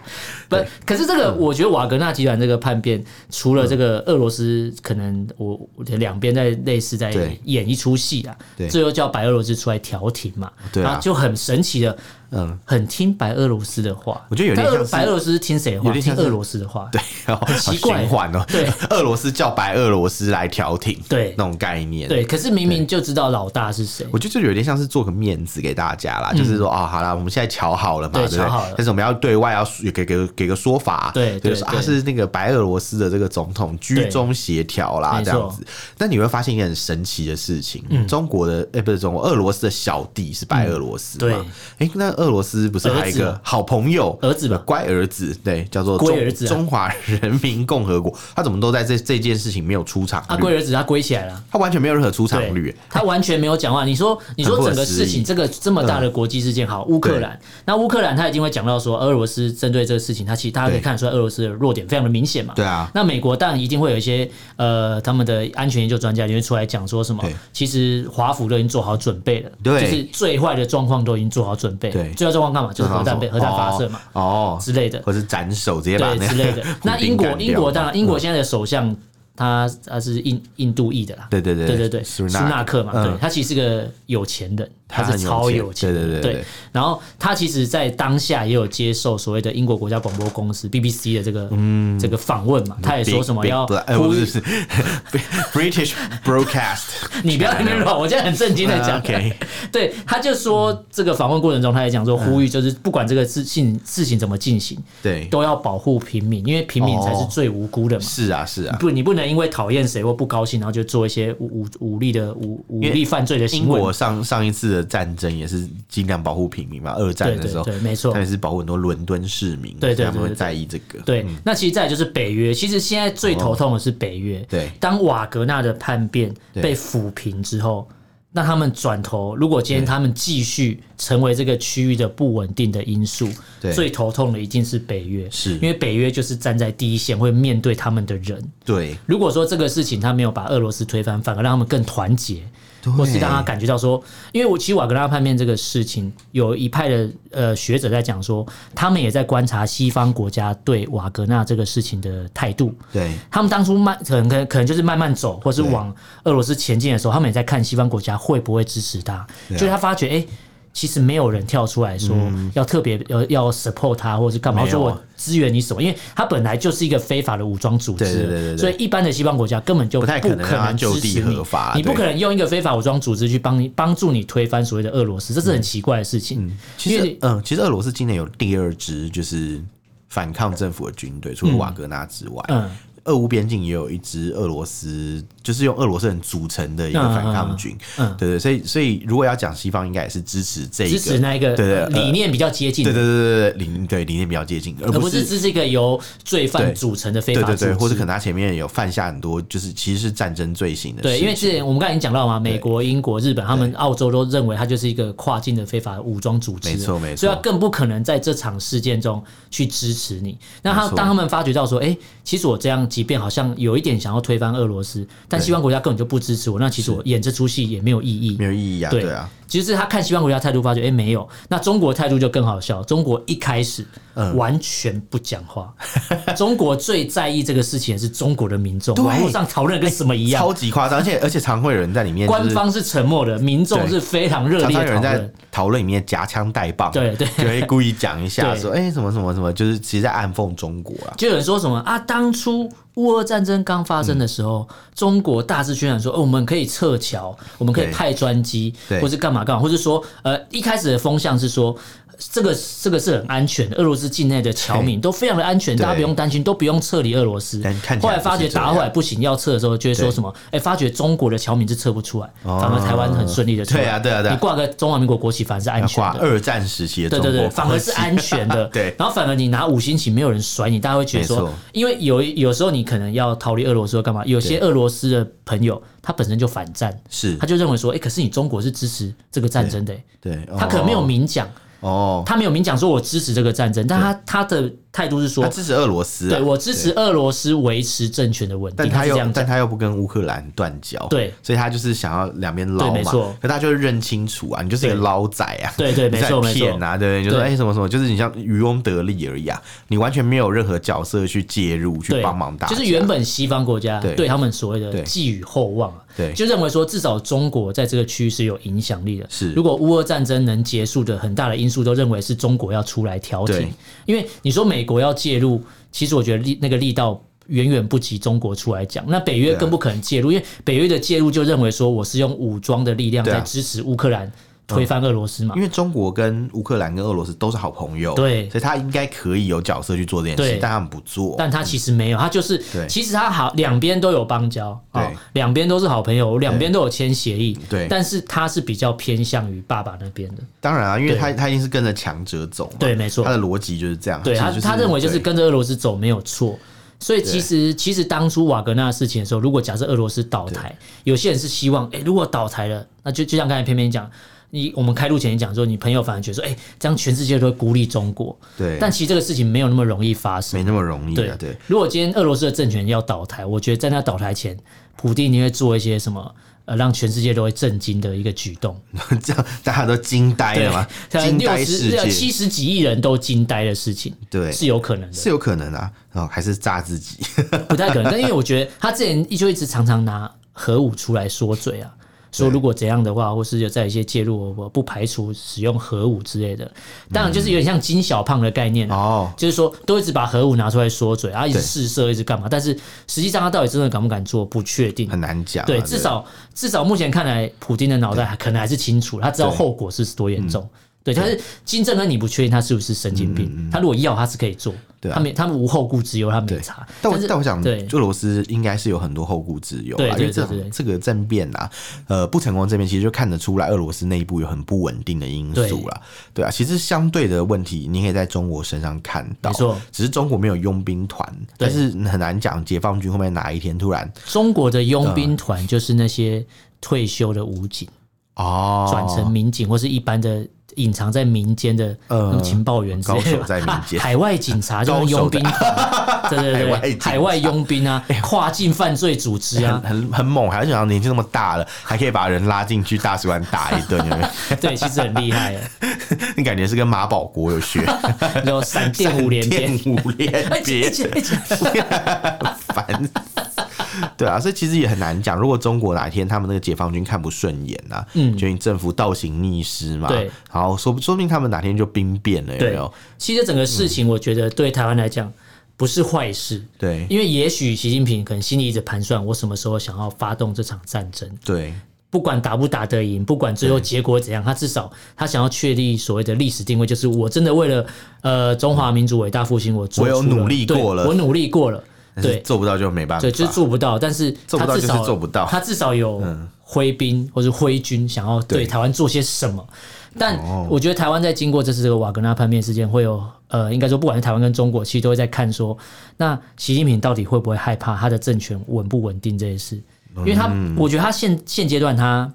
[SPEAKER 2] 不，可是这个我觉得瓦格纳集团这个叛变，除了这个俄罗斯可能我我觉得两边在类似在
[SPEAKER 1] 对
[SPEAKER 2] 演一出戏啊
[SPEAKER 1] 对，
[SPEAKER 2] 最后叫白俄罗斯出来调停嘛，
[SPEAKER 1] 对啊
[SPEAKER 2] 然后就很神奇的，嗯，很听白俄罗斯的话，
[SPEAKER 1] 我觉得有点
[SPEAKER 2] 但俄
[SPEAKER 1] 像是
[SPEAKER 2] 白俄罗斯是听谁的话？
[SPEAKER 1] 有点像
[SPEAKER 2] 听
[SPEAKER 1] 是
[SPEAKER 2] 俄罗斯的话，
[SPEAKER 1] 对，然后
[SPEAKER 2] 奇怪
[SPEAKER 1] 循环哦，
[SPEAKER 2] 对，
[SPEAKER 1] 俄罗斯叫白俄罗斯来调停，
[SPEAKER 2] 对
[SPEAKER 1] 那种概念，
[SPEAKER 2] 对，可是明明就知道老大是谁，
[SPEAKER 1] 我觉得就有点像是做个面子给大家啦，就是说哦，好啦，我们现在瞧好了嘛，
[SPEAKER 2] 嗯对
[SPEAKER 1] 对不对
[SPEAKER 2] 瞧好了
[SPEAKER 1] 但是我们要对外要给给给给个说法，
[SPEAKER 2] 对
[SPEAKER 1] 就是
[SPEAKER 2] 对
[SPEAKER 1] 说啊，
[SPEAKER 2] 对
[SPEAKER 1] 是那个白俄罗斯的这个总统居中协调啦，
[SPEAKER 2] 对
[SPEAKER 1] 这样子。但你会发现一件很神奇的事情，
[SPEAKER 2] 嗯
[SPEAKER 1] 中国的哎、不是中国，俄罗斯的小弟是白俄罗斯嘛？哎、那俄罗斯不是还有一
[SPEAKER 2] 儿子
[SPEAKER 1] 个
[SPEAKER 2] 嘛
[SPEAKER 1] 好朋友
[SPEAKER 2] 儿子嘛
[SPEAKER 1] 乖儿子，对，叫做
[SPEAKER 2] 龟
[SPEAKER 1] 中
[SPEAKER 2] 儿子啊
[SPEAKER 1] 中华人民共和国，他怎么都在这这件事情没有出场
[SPEAKER 2] 他
[SPEAKER 1] 率？
[SPEAKER 2] 啊龟儿子他归起来了。
[SPEAKER 1] 他完全没有任何出场率、
[SPEAKER 2] 对，他完全没有讲话。你说，你说
[SPEAKER 1] 很不可
[SPEAKER 2] 整个
[SPEAKER 1] 思
[SPEAKER 2] 事
[SPEAKER 1] 议
[SPEAKER 2] 情，这个这么大的国际事件，好，乌克
[SPEAKER 1] 嗯
[SPEAKER 2] 兰，那乌克兰他一定会讲到说，俄罗斯针对这个事情，他其实大家可以
[SPEAKER 1] 对
[SPEAKER 2] 看得出来，俄罗斯的弱点非常的明显嘛。
[SPEAKER 1] 对啊
[SPEAKER 2] 那美国当然一定会有一些呃，他们的安全研究专家就会出来讲说什么
[SPEAKER 1] 对，
[SPEAKER 2] 其实华府都已经做好准备了，
[SPEAKER 1] 对
[SPEAKER 2] 就是最坏的状况都已经做好准备了，
[SPEAKER 1] 对
[SPEAKER 2] 最坏状况干嘛？就是核弹被核弹发射嘛。
[SPEAKER 1] 哦，哦
[SPEAKER 2] 之类的
[SPEAKER 1] 或是斩首直接把那。
[SPEAKER 2] 对之类的 那英国英国当
[SPEAKER 1] 的
[SPEAKER 2] 然英国现在的首相他他是印印度裔的啦，
[SPEAKER 1] 对对对
[SPEAKER 2] 对对对，
[SPEAKER 1] 苏
[SPEAKER 2] 苏
[SPEAKER 1] 纳克
[SPEAKER 2] 纳克嘛，
[SPEAKER 1] 嗯
[SPEAKER 2] 对他其实是个有钱人，他是超
[SPEAKER 1] 有
[SPEAKER 2] 有钱的，
[SPEAKER 1] 对对对对，
[SPEAKER 2] 然后他其实，在当下也有接受所谓的英国国家广播公司 BBC 的这个、这个访问嘛，他也说什
[SPEAKER 1] 嗯
[SPEAKER 2] 么
[SPEAKER 1] Big- Big
[SPEAKER 2] 要
[SPEAKER 1] Black- 呃，
[SPEAKER 2] 呼
[SPEAKER 1] 不
[SPEAKER 2] 吁
[SPEAKER 1] 是是 British Broadcast，
[SPEAKER 2] 你不要在 那边乱，我现在很震惊的
[SPEAKER 1] 呃
[SPEAKER 2] 讲。
[SPEAKER 1] ，OK，
[SPEAKER 2] 对，他就说这个访问过程中，他也讲说呼吁，就是不管这个事
[SPEAKER 1] 嗯
[SPEAKER 2] 情事情怎么进行，
[SPEAKER 1] 对，
[SPEAKER 2] 都要保护平民，因为平民
[SPEAKER 1] 哦
[SPEAKER 2] 才是最无辜的嘛。
[SPEAKER 1] 是啊是啊，
[SPEAKER 2] 不，你不能因为讨厌谁或不高兴，然后就做一些武武武力的武武
[SPEAKER 1] 为
[SPEAKER 2] 力犯罪的
[SPEAKER 1] 英
[SPEAKER 2] 行为。
[SPEAKER 1] 国上上一次的战争也是尽量保护平民嘛，二战
[SPEAKER 2] 对
[SPEAKER 1] 的时
[SPEAKER 2] 对
[SPEAKER 1] 候，
[SPEAKER 2] 对，没错
[SPEAKER 1] 他。也是保护很多伦敦市民，
[SPEAKER 2] 对
[SPEAKER 1] 所
[SPEAKER 2] 对
[SPEAKER 1] 以他们
[SPEAKER 2] 对
[SPEAKER 1] 会
[SPEAKER 2] 对
[SPEAKER 1] 在意这个，
[SPEAKER 2] 对，那其实再来就是北约，其实现在最头痛的是北约。
[SPEAKER 1] 对
[SPEAKER 2] 当瓦格纳的叛变
[SPEAKER 1] 对
[SPEAKER 2] 被抚平之后，那他们转头，如果今天他们继续成为这个区域的不稳定的因素
[SPEAKER 1] 对，
[SPEAKER 2] 最头痛的一定是北约，
[SPEAKER 1] 是
[SPEAKER 2] 因为北约就是站在第一线，会面对他们的人。
[SPEAKER 1] 对
[SPEAKER 2] 如果说这个事情他没有把俄罗斯推翻，反而让他们更团结，
[SPEAKER 1] 对
[SPEAKER 2] 或是让他感觉到说，因为我其实瓦格纳叛变这个事情，有一派的呃学者在讲说，他们也在观察西方国家对瓦格纳这个事情的态度。
[SPEAKER 1] 对
[SPEAKER 2] 他们当初慢，可能可能可能就是慢慢走，或是
[SPEAKER 1] 对
[SPEAKER 2] 往俄罗斯前进的时候，他们也在看西方国家会不会支持他。
[SPEAKER 1] 对啊嗯
[SPEAKER 2] 就是他发觉，哎、其实没有人跳出来说要特别要要 support 他，或者是干嘛，
[SPEAKER 1] 没有啊
[SPEAKER 2] 说我支援你什么，因为他本来就是一个非法的武装组织了，
[SPEAKER 1] 对对对对对
[SPEAKER 2] 所以一般的西方国家根本就
[SPEAKER 1] 不太可能让他
[SPEAKER 2] 支
[SPEAKER 1] 就地
[SPEAKER 2] 持你
[SPEAKER 1] 合法
[SPEAKER 2] 你不
[SPEAKER 1] 对
[SPEAKER 2] 可能用一个非法武装组织去帮你帮助你推翻所谓的俄罗斯，这是很奇怪的事情。
[SPEAKER 1] 其
[SPEAKER 2] 因
[SPEAKER 1] 实
[SPEAKER 2] 为，
[SPEAKER 1] 嗯，其实俄罗斯今年有第二支就是反抗政府的军队，除了瓦格纳之外，
[SPEAKER 2] 嗯
[SPEAKER 1] 俄乌边境也有一支俄罗斯，就是用俄罗斯人组成的一个反抗军。
[SPEAKER 2] 嗯嗯嗯嗯
[SPEAKER 1] 对对，所以所以如果要讲西方，应该也是支持这一个，
[SPEAKER 2] 支持那一个
[SPEAKER 1] 对对呃
[SPEAKER 2] 理念比较接近的
[SPEAKER 1] 对对对对对理对理念比较接近，而
[SPEAKER 2] 而
[SPEAKER 1] 不
[SPEAKER 2] 不是
[SPEAKER 1] 是。
[SPEAKER 2] 只是一个由罪犯
[SPEAKER 1] 对
[SPEAKER 2] 组成的非法
[SPEAKER 1] 对
[SPEAKER 2] 组
[SPEAKER 1] 对
[SPEAKER 2] 织，
[SPEAKER 1] 对，或者可能他前面有犯下很多，就是其实是战争罪行的事情。
[SPEAKER 2] 对，因为之前我们刚才已经讲到嘛，美国、英国、日本，他们澳洲都认为它就是一个跨境的非法武装组织，
[SPEAKER 1] 没错没错
[SPEAKER 2] 所以它更不可能在这场事件中去支持你。那他
[SPEAKER 1] 没错
[SPEAKER 2] 当他们发觉到说，哎、其实我这样，即便好像有一点想要推翻俄罗斯，但
[SPEAKER 1] 对
[SPEAKER 2] 西方国家根本就不支持我，那其实我演这出戏也没有意义
[SPEAKER 1] 没。有意义啊，对啊，，
[SPEAKER 2] 其实他看西方国家态度，发觉哎、诶没有。那中国态度就更好笑，中国一开始
[SPEAKER 1] 嗯
[SPEAKER 2] 完全不讲话。 中国最在意这个事情的是中国的民众，
[SPEAKER 1] 对哎
[SPEAKER 2] 网络上讨论跟什么一样，
[SPEAKER 1] 超级夸张，而且而且常会有人在里面，
[SPEAKER 2] 官方是沉默的，民众
[SPEAKER 1] 对
[SPEAKER 2] 是非常热
[SPEAKER 1] 常
[SPEAKER 2] 烈
[SPEAKER 1] 常有
[SPEAKER 2] 的
[SPEAKER 1] 人
[SPEAKER 2] 讨
[SPEAKER 1] 在
[SPEAKER 2] 论。
[SPEAKER 1] 讨论里面夹枪带棒，
[SPEAKER 2] 对对
[SPEAKER 1] 就会故意讲一下
[SPEAKER 2] 对
[SPEAKER 1] 说，哎，什么什么什么，就是其实在暗讽中国啊，
[SPEAKER 2] 就有人说什么啊，当初乌俄战争刚发生的时候，
[SPEAKER 1] 嗯
[SPEAKER 2] 中国大肆宣传说，哦，我们可以撤侨，我们可以
[SPEAKER 1] 对
[SPEAKER 2] 派专机，
[SPEAKER 1] 对
[SPEAKER 2] 或是干嘛干嘛，或是说，呃，一开始的风向是说。这个这个是很安全的，俄罗斯境内的侨民都非常的安全，
[SPEAKER 1] 对
[SPEAKER 2] 大家不用担心，都不用撤离俄罗斯
[SPEAKER 1] 但看。起
[SPEAKER 2] 后
[SPEAKER 1] 来
[SPEAKER 2] 来发觉
[SPEAKER 1] 不是这样
[SPEAKER 2] 打回来不行，要撤的时候就会说
[SPEAKER 1] 对哦
[SPEAKER 2] 什么？哎，发觉中国的侨民是撤不出来，反而台湾很顺利的出来。
[SPEAKER 1] 对啊对啊对啊
[SPEAKER 2] 你挂个中华民国国旗反而是安
[SPEAKER 1] 要
[SPEAKER 2] 全
[SPEAKER 1] 挂
[SPEAKER 2] 的。
[SPEAKER 1] 二战时期的
[SPEAKER 2] 对
[SPEAKER 1] 中国
[SPEAKER 2] 对对，
[SPEAKER 1] 国
[SPEAKER 2] 反而
[SPEAKER 1] 旗
[SPEAKER 2] 是安全的。
[SPEAKER 1] 对
[SPEAKER 2] 然后反而你拿五星旗，没有人甩你，大家会觉得
[SPEAKER 1] 没
[SPEAKER 2] 说
[SPEAKER 1] 错，
[SPEAKER 2] 因为有有时候你可能要逃离俄罗斯或干嘛，有些俄罗斯的朋友他本身就反战，
[SPEAKER 1] 是
[SPEAKER 2] 他，就认为说，哎，可是你中国是支持这个战争的，诶
[SPEAKER 1] 对，
[SPEAKER 2] 他可能没有
[SPEAKER 1] 哦
[SPEAKER 2] 明讲，
[SPEAKER 1] 哦，
[SPEAKER 2] 他没有明讲说我支持这个战争，但他他的态度是
[SPEAKER 1] 他
[SPEAKER 2] 说，
[SPEAKER 1] 支持俄罗斯啊，
[SPEAKER 2] 对我支持俄罗斯维持政权的稳定，
[SPEAKER 1] 但他
[SPEAKER 2] 是这
[SPEAKER 1] 又
[SPEAKER 2] 样
[SPEAKER 1] 但
[SPEAKER 2] 讲。
[SPEAKER 1] 他又不跟乌克兰断交，
[SPEAKER 2] 对，
[SPEAKER 1] 所以他就是想要两边
[SPEAKER 2] 对
[SPEAKER 1] 捞
[SPEAKER 2] 没
[SPEAKER 1] 嘛
[SPEAKER 2] 错，
[SPEAKER 1] 可大家就会认清楚啊，你就是一个
[SPEAKER 2] 对
[SPEAKER 1] 捞仔啊，
[SPEAKER 2] 对对没错
[SPEAKER 1] 你在骗啊，对不对？你就说
[SPEAKER 2] 对
[SPEAKER 1] 哎什么什么，就是你像渔翁得利而已啊，你完全没有任何角色去介入去
[SPEAKER 2] 对，
[SPEAKER 1] 帮忙大家，
[SPEAKER 2] 就是原本西方国家
[SPEAKER 1] 对
[SPEAKER 2] 对他们所谓的
[SPEAKER 1] 对
[SPEAKER 2] 寄予厚望啊，
[SPEAKER 1] 对
[SPEAKER 2] 就认为说至少中国在这个区域是有影响力的。
[SPEAKER 1] 是
[SPEAKER 2] 如果乌俄战争能结束的很大的因素，都认为是中国要出来调停
[SPEAKER 1] 对，
[SPEAKER 2] 因为你说美国要介入，其实我觉得力那个力道。远远不及中国出来讲，那北约
[SPEAKER 1] 对啊
[SPEAKER 2] 更不可能介入，因为北约的介入就认为说我是用武装的力量
[SPEAKER 1] 对啊啊
[SPEAKER 2] 在支持乌克兰推翻俄罗斯嘛
[SPEAKER 1] 因，为中国跟乌克兰跟俄罗斯都是好朋友，
[SPEAKER 2] 对
[SPEAKER 1] 所以他应该可以有角色去做这件事
[SPEAKER 2] 对，
[SPEAKER 1] 但他们不做。
[SPEAKER 2] 但他其实没有，他就是
[SPEAKER 1] 对
[SPEAKER 2] 其实他好两边都有邦交
[SPEAKER 1] 对
[SPEAKER 2] 啊，两边都是好朋友，两边都有签协议，
[SPEAKER 1] 对
[SPEAKER 2] 但是他是比较偏向于爸爸那边的，
[SPEAKER 1] 当然啊，因为
[SPEAKER 2] 对
[SPEAKER 1] 他他一定是跟着强者走嘛，
[SPEAKER 2] 对没错
[SPEAKER 1] 他的逻辑就是这样。
[SPEAKER 2] 对
[SPEAKER 1] 其实
[SPEAKER 2] 他
[SPEAKER 1] 就是
[SPEAKER 2] 他认为就是
[SPEAKER 1] 对
[SPEAKER 2] 跟着俄罗斯走没有错。所以其实其实当初瓦格纳的事情的时候，如果假设俄罗斯倒台，有些人是希望，哎、如果倒台了，那就就像刚才偏偏讲，你我们开录前也讲说，你朋友反而觉得说，哎、这样全世界都会孤立中国，
[SPEAKER 1] 对，
[SPEAKER 2] 但其实这个事情没有那么容易发生
[SPEAKER 1] 没。那么容易
[SPEAKER 2] 对
[SPEAKER 1] 啊。对，
[SPEAKER 2] 如果今天俄罗斯的政权要倒台，我觉得在那倒台前，普丁一定会做一些什么呃让全世界都会震惊的一个举动。
[SPEAKER 1] 这样大家都惊呆了嘛，惊
[SPEAKER 2] 六
[SPEAKER 1] 呆世
[SPEAKER 2] 十
[SPEAKER 1] 界，
[SPEAKER 2] 七十几亿人都惊呆的事情，
[SPEAKER 1] 对，
[SPEAKER 2] 是有可能的，
[SPEAKER 1] 是有可能啊，哦，还是炸自己，
[SPEAKER 2] 不太可能。但因为我觉得他之前就一直常常拿核武出来说嘴啊。说如果怎样的话，或是有在一些介入，我不排除使用核武之类的。当然，就是有点像金小胖的概念啊，
[SPEAKER 1] 哦，
[SPEAKER 2] 就是说都一直把核武拿出来说嘴，然啊后一直
[SPEAKER 1] 对
[SPEAKER 2] 试射，一直干嘛？但是实际上他到底真的敢不敢做，不确定。
[SPEAKER 1] 很难讲啊。
[SPEAKER 2] 对，至少至少目前看来，普京的脑袋还可能还是清楚，他知道
[SPEAKER 1] 对嗯
[SPEAKER 2] 后果是多严重。对，但是金正恩你不确定他是不是神经病，他如果要他是可以做，
[SPEAKER 1] 对啊
[SPEAKER 2] 他没他们无后顾之忧，他没
[SPEAKER 1] 对
[SPEAKER 2] 查。
[SPEAKER 1] 但我
[SPEAKER 2] 是
[SPEAKER 1] 但我想
[SPEAKER 2] 对，
[SPEAKER 1] 俄罗斯应该是有很多后顾之忧
[SPEAKER 2] 对
[SPEAKER 1] 啦，因
[SPEAKER 2] 对
[SPEAKER 1] 为这
[SPEAKER 2] 对对
[SPEAKER 1] 种这个政变啊，呃，不成功这边其实就看得出来，俄罗斯内部有很不稳定的因素啦。对啊，其实相对的问题，你可以在中国身上看到，
[SPEAKER 2] 没错
[SPEAKER 1] 只是中国没有佣兵团，
[SPEAKER 2] 对
[SPEAKER 1] 但是很难讲解放军会不会哪一天突然
[SPEAKER 2] 中国的佣
[SPEAKER 1] 啊
[SPEAKER 2] 兵团就是那些退休的武警
[SPEAKER 1] 哦
[SPEAKER 2] 转成民警，或是一般的隐藏在民间的
[SPEAKER 1] 呃
[SPEAKER 2] 什么情报员之类
[SPEAKER 1] 高
[SPEAKER 2] 的
[SPEAKER 1] 手在民间
[SPEAKER 2] 啊海外警察就是佣兵团， 对对
[SPEAKER 1] 海外
[SPEAKER 2] 对，
[SPEAKER 1] 警察哎
[SPEAKER 2] 海外佣兵啊，跨境犯罪组织啊
[SPEAKER 1] 很，很很猛，还是想到年纪那么大了，还可以把人拉进去大使馆打一顿，有没有？
[SPEAKER 2] 对，其实很厉害耶，
[SPEAKER 1] 你感觉是跟马保国有学，
[SPEAKER 2] 有闪 电五连 鞭。
[SPEAKER 1] 电五连
[SPEAKER 2] 哎
[SPEAKER 1] 鞭，
[SPEAKER 2] 姐姐姐
[SPEAKER 1] 烦死。 对啊，所以其实也很难讲。如果中国哪一天他们那个解放军看不顺眼啊，嗯，决定政府倒行逆施嘛，
[SPEAKER 2] 对，
[SPEAKER 1] 然后说不说不定他们哪天就兵变了，有
[SPEAKER 2] 对
[SPEAKER 1] 没有？
[SPEAKER 2] 其实整个事情，我觉得对台湾来讲不是坏事，
[SPEAKER 1] 对
[SPEAKER 2] 因为也许习近平可能心里一直盘算，我什么时候想要发动这场战争，
[SPEAKER 1] 对
[SPEAKER 2] 不管打不打得赢，不管最后结果怎样，他至少他想要确立所谓的历史定位，就是我真的为了呃中华民族伟大复兴，我做
[SPEAKER 1] 我有
[SPEAKER 2] 出
[SPEAKER 1] 努力
[SPEAKER 2] 对
[SPEAKER 1] 过了
[SPEAKER 2] 我努力过了，
[SPEAKER 1] 但是
[SPEAKER 2] 对。
[SPEAKER 1] 做不到就没办法，
[SPEAKER 2] 对，就是做不到，但是
[SPEAKER 1] 啊做不
[SPEAKER 2] 他
[SPEAKER 1] 到
[SPEAKER 2] 至
[SPEAKER 1] 就是
[SPEAKER 2] 少
[SPEAKER 1] 做不到嗯
[SPEAKER 2] 他至少有挥兵或者挥军想要对
[SPEAKER 1] 对哦
[SPEAKER 2] 台湾做些什么。但我觉得台湾在经过这次这个瓦格纳叛变事件，会有呃，应该说不管是台湾跟中国，其实都会在看说，那习近平到底会不会害怕他的政权稳不稳定这件事？
[SPEAKER 1] 嗯
[SPEAKER 2] 因为他，我觉得他现现阶段他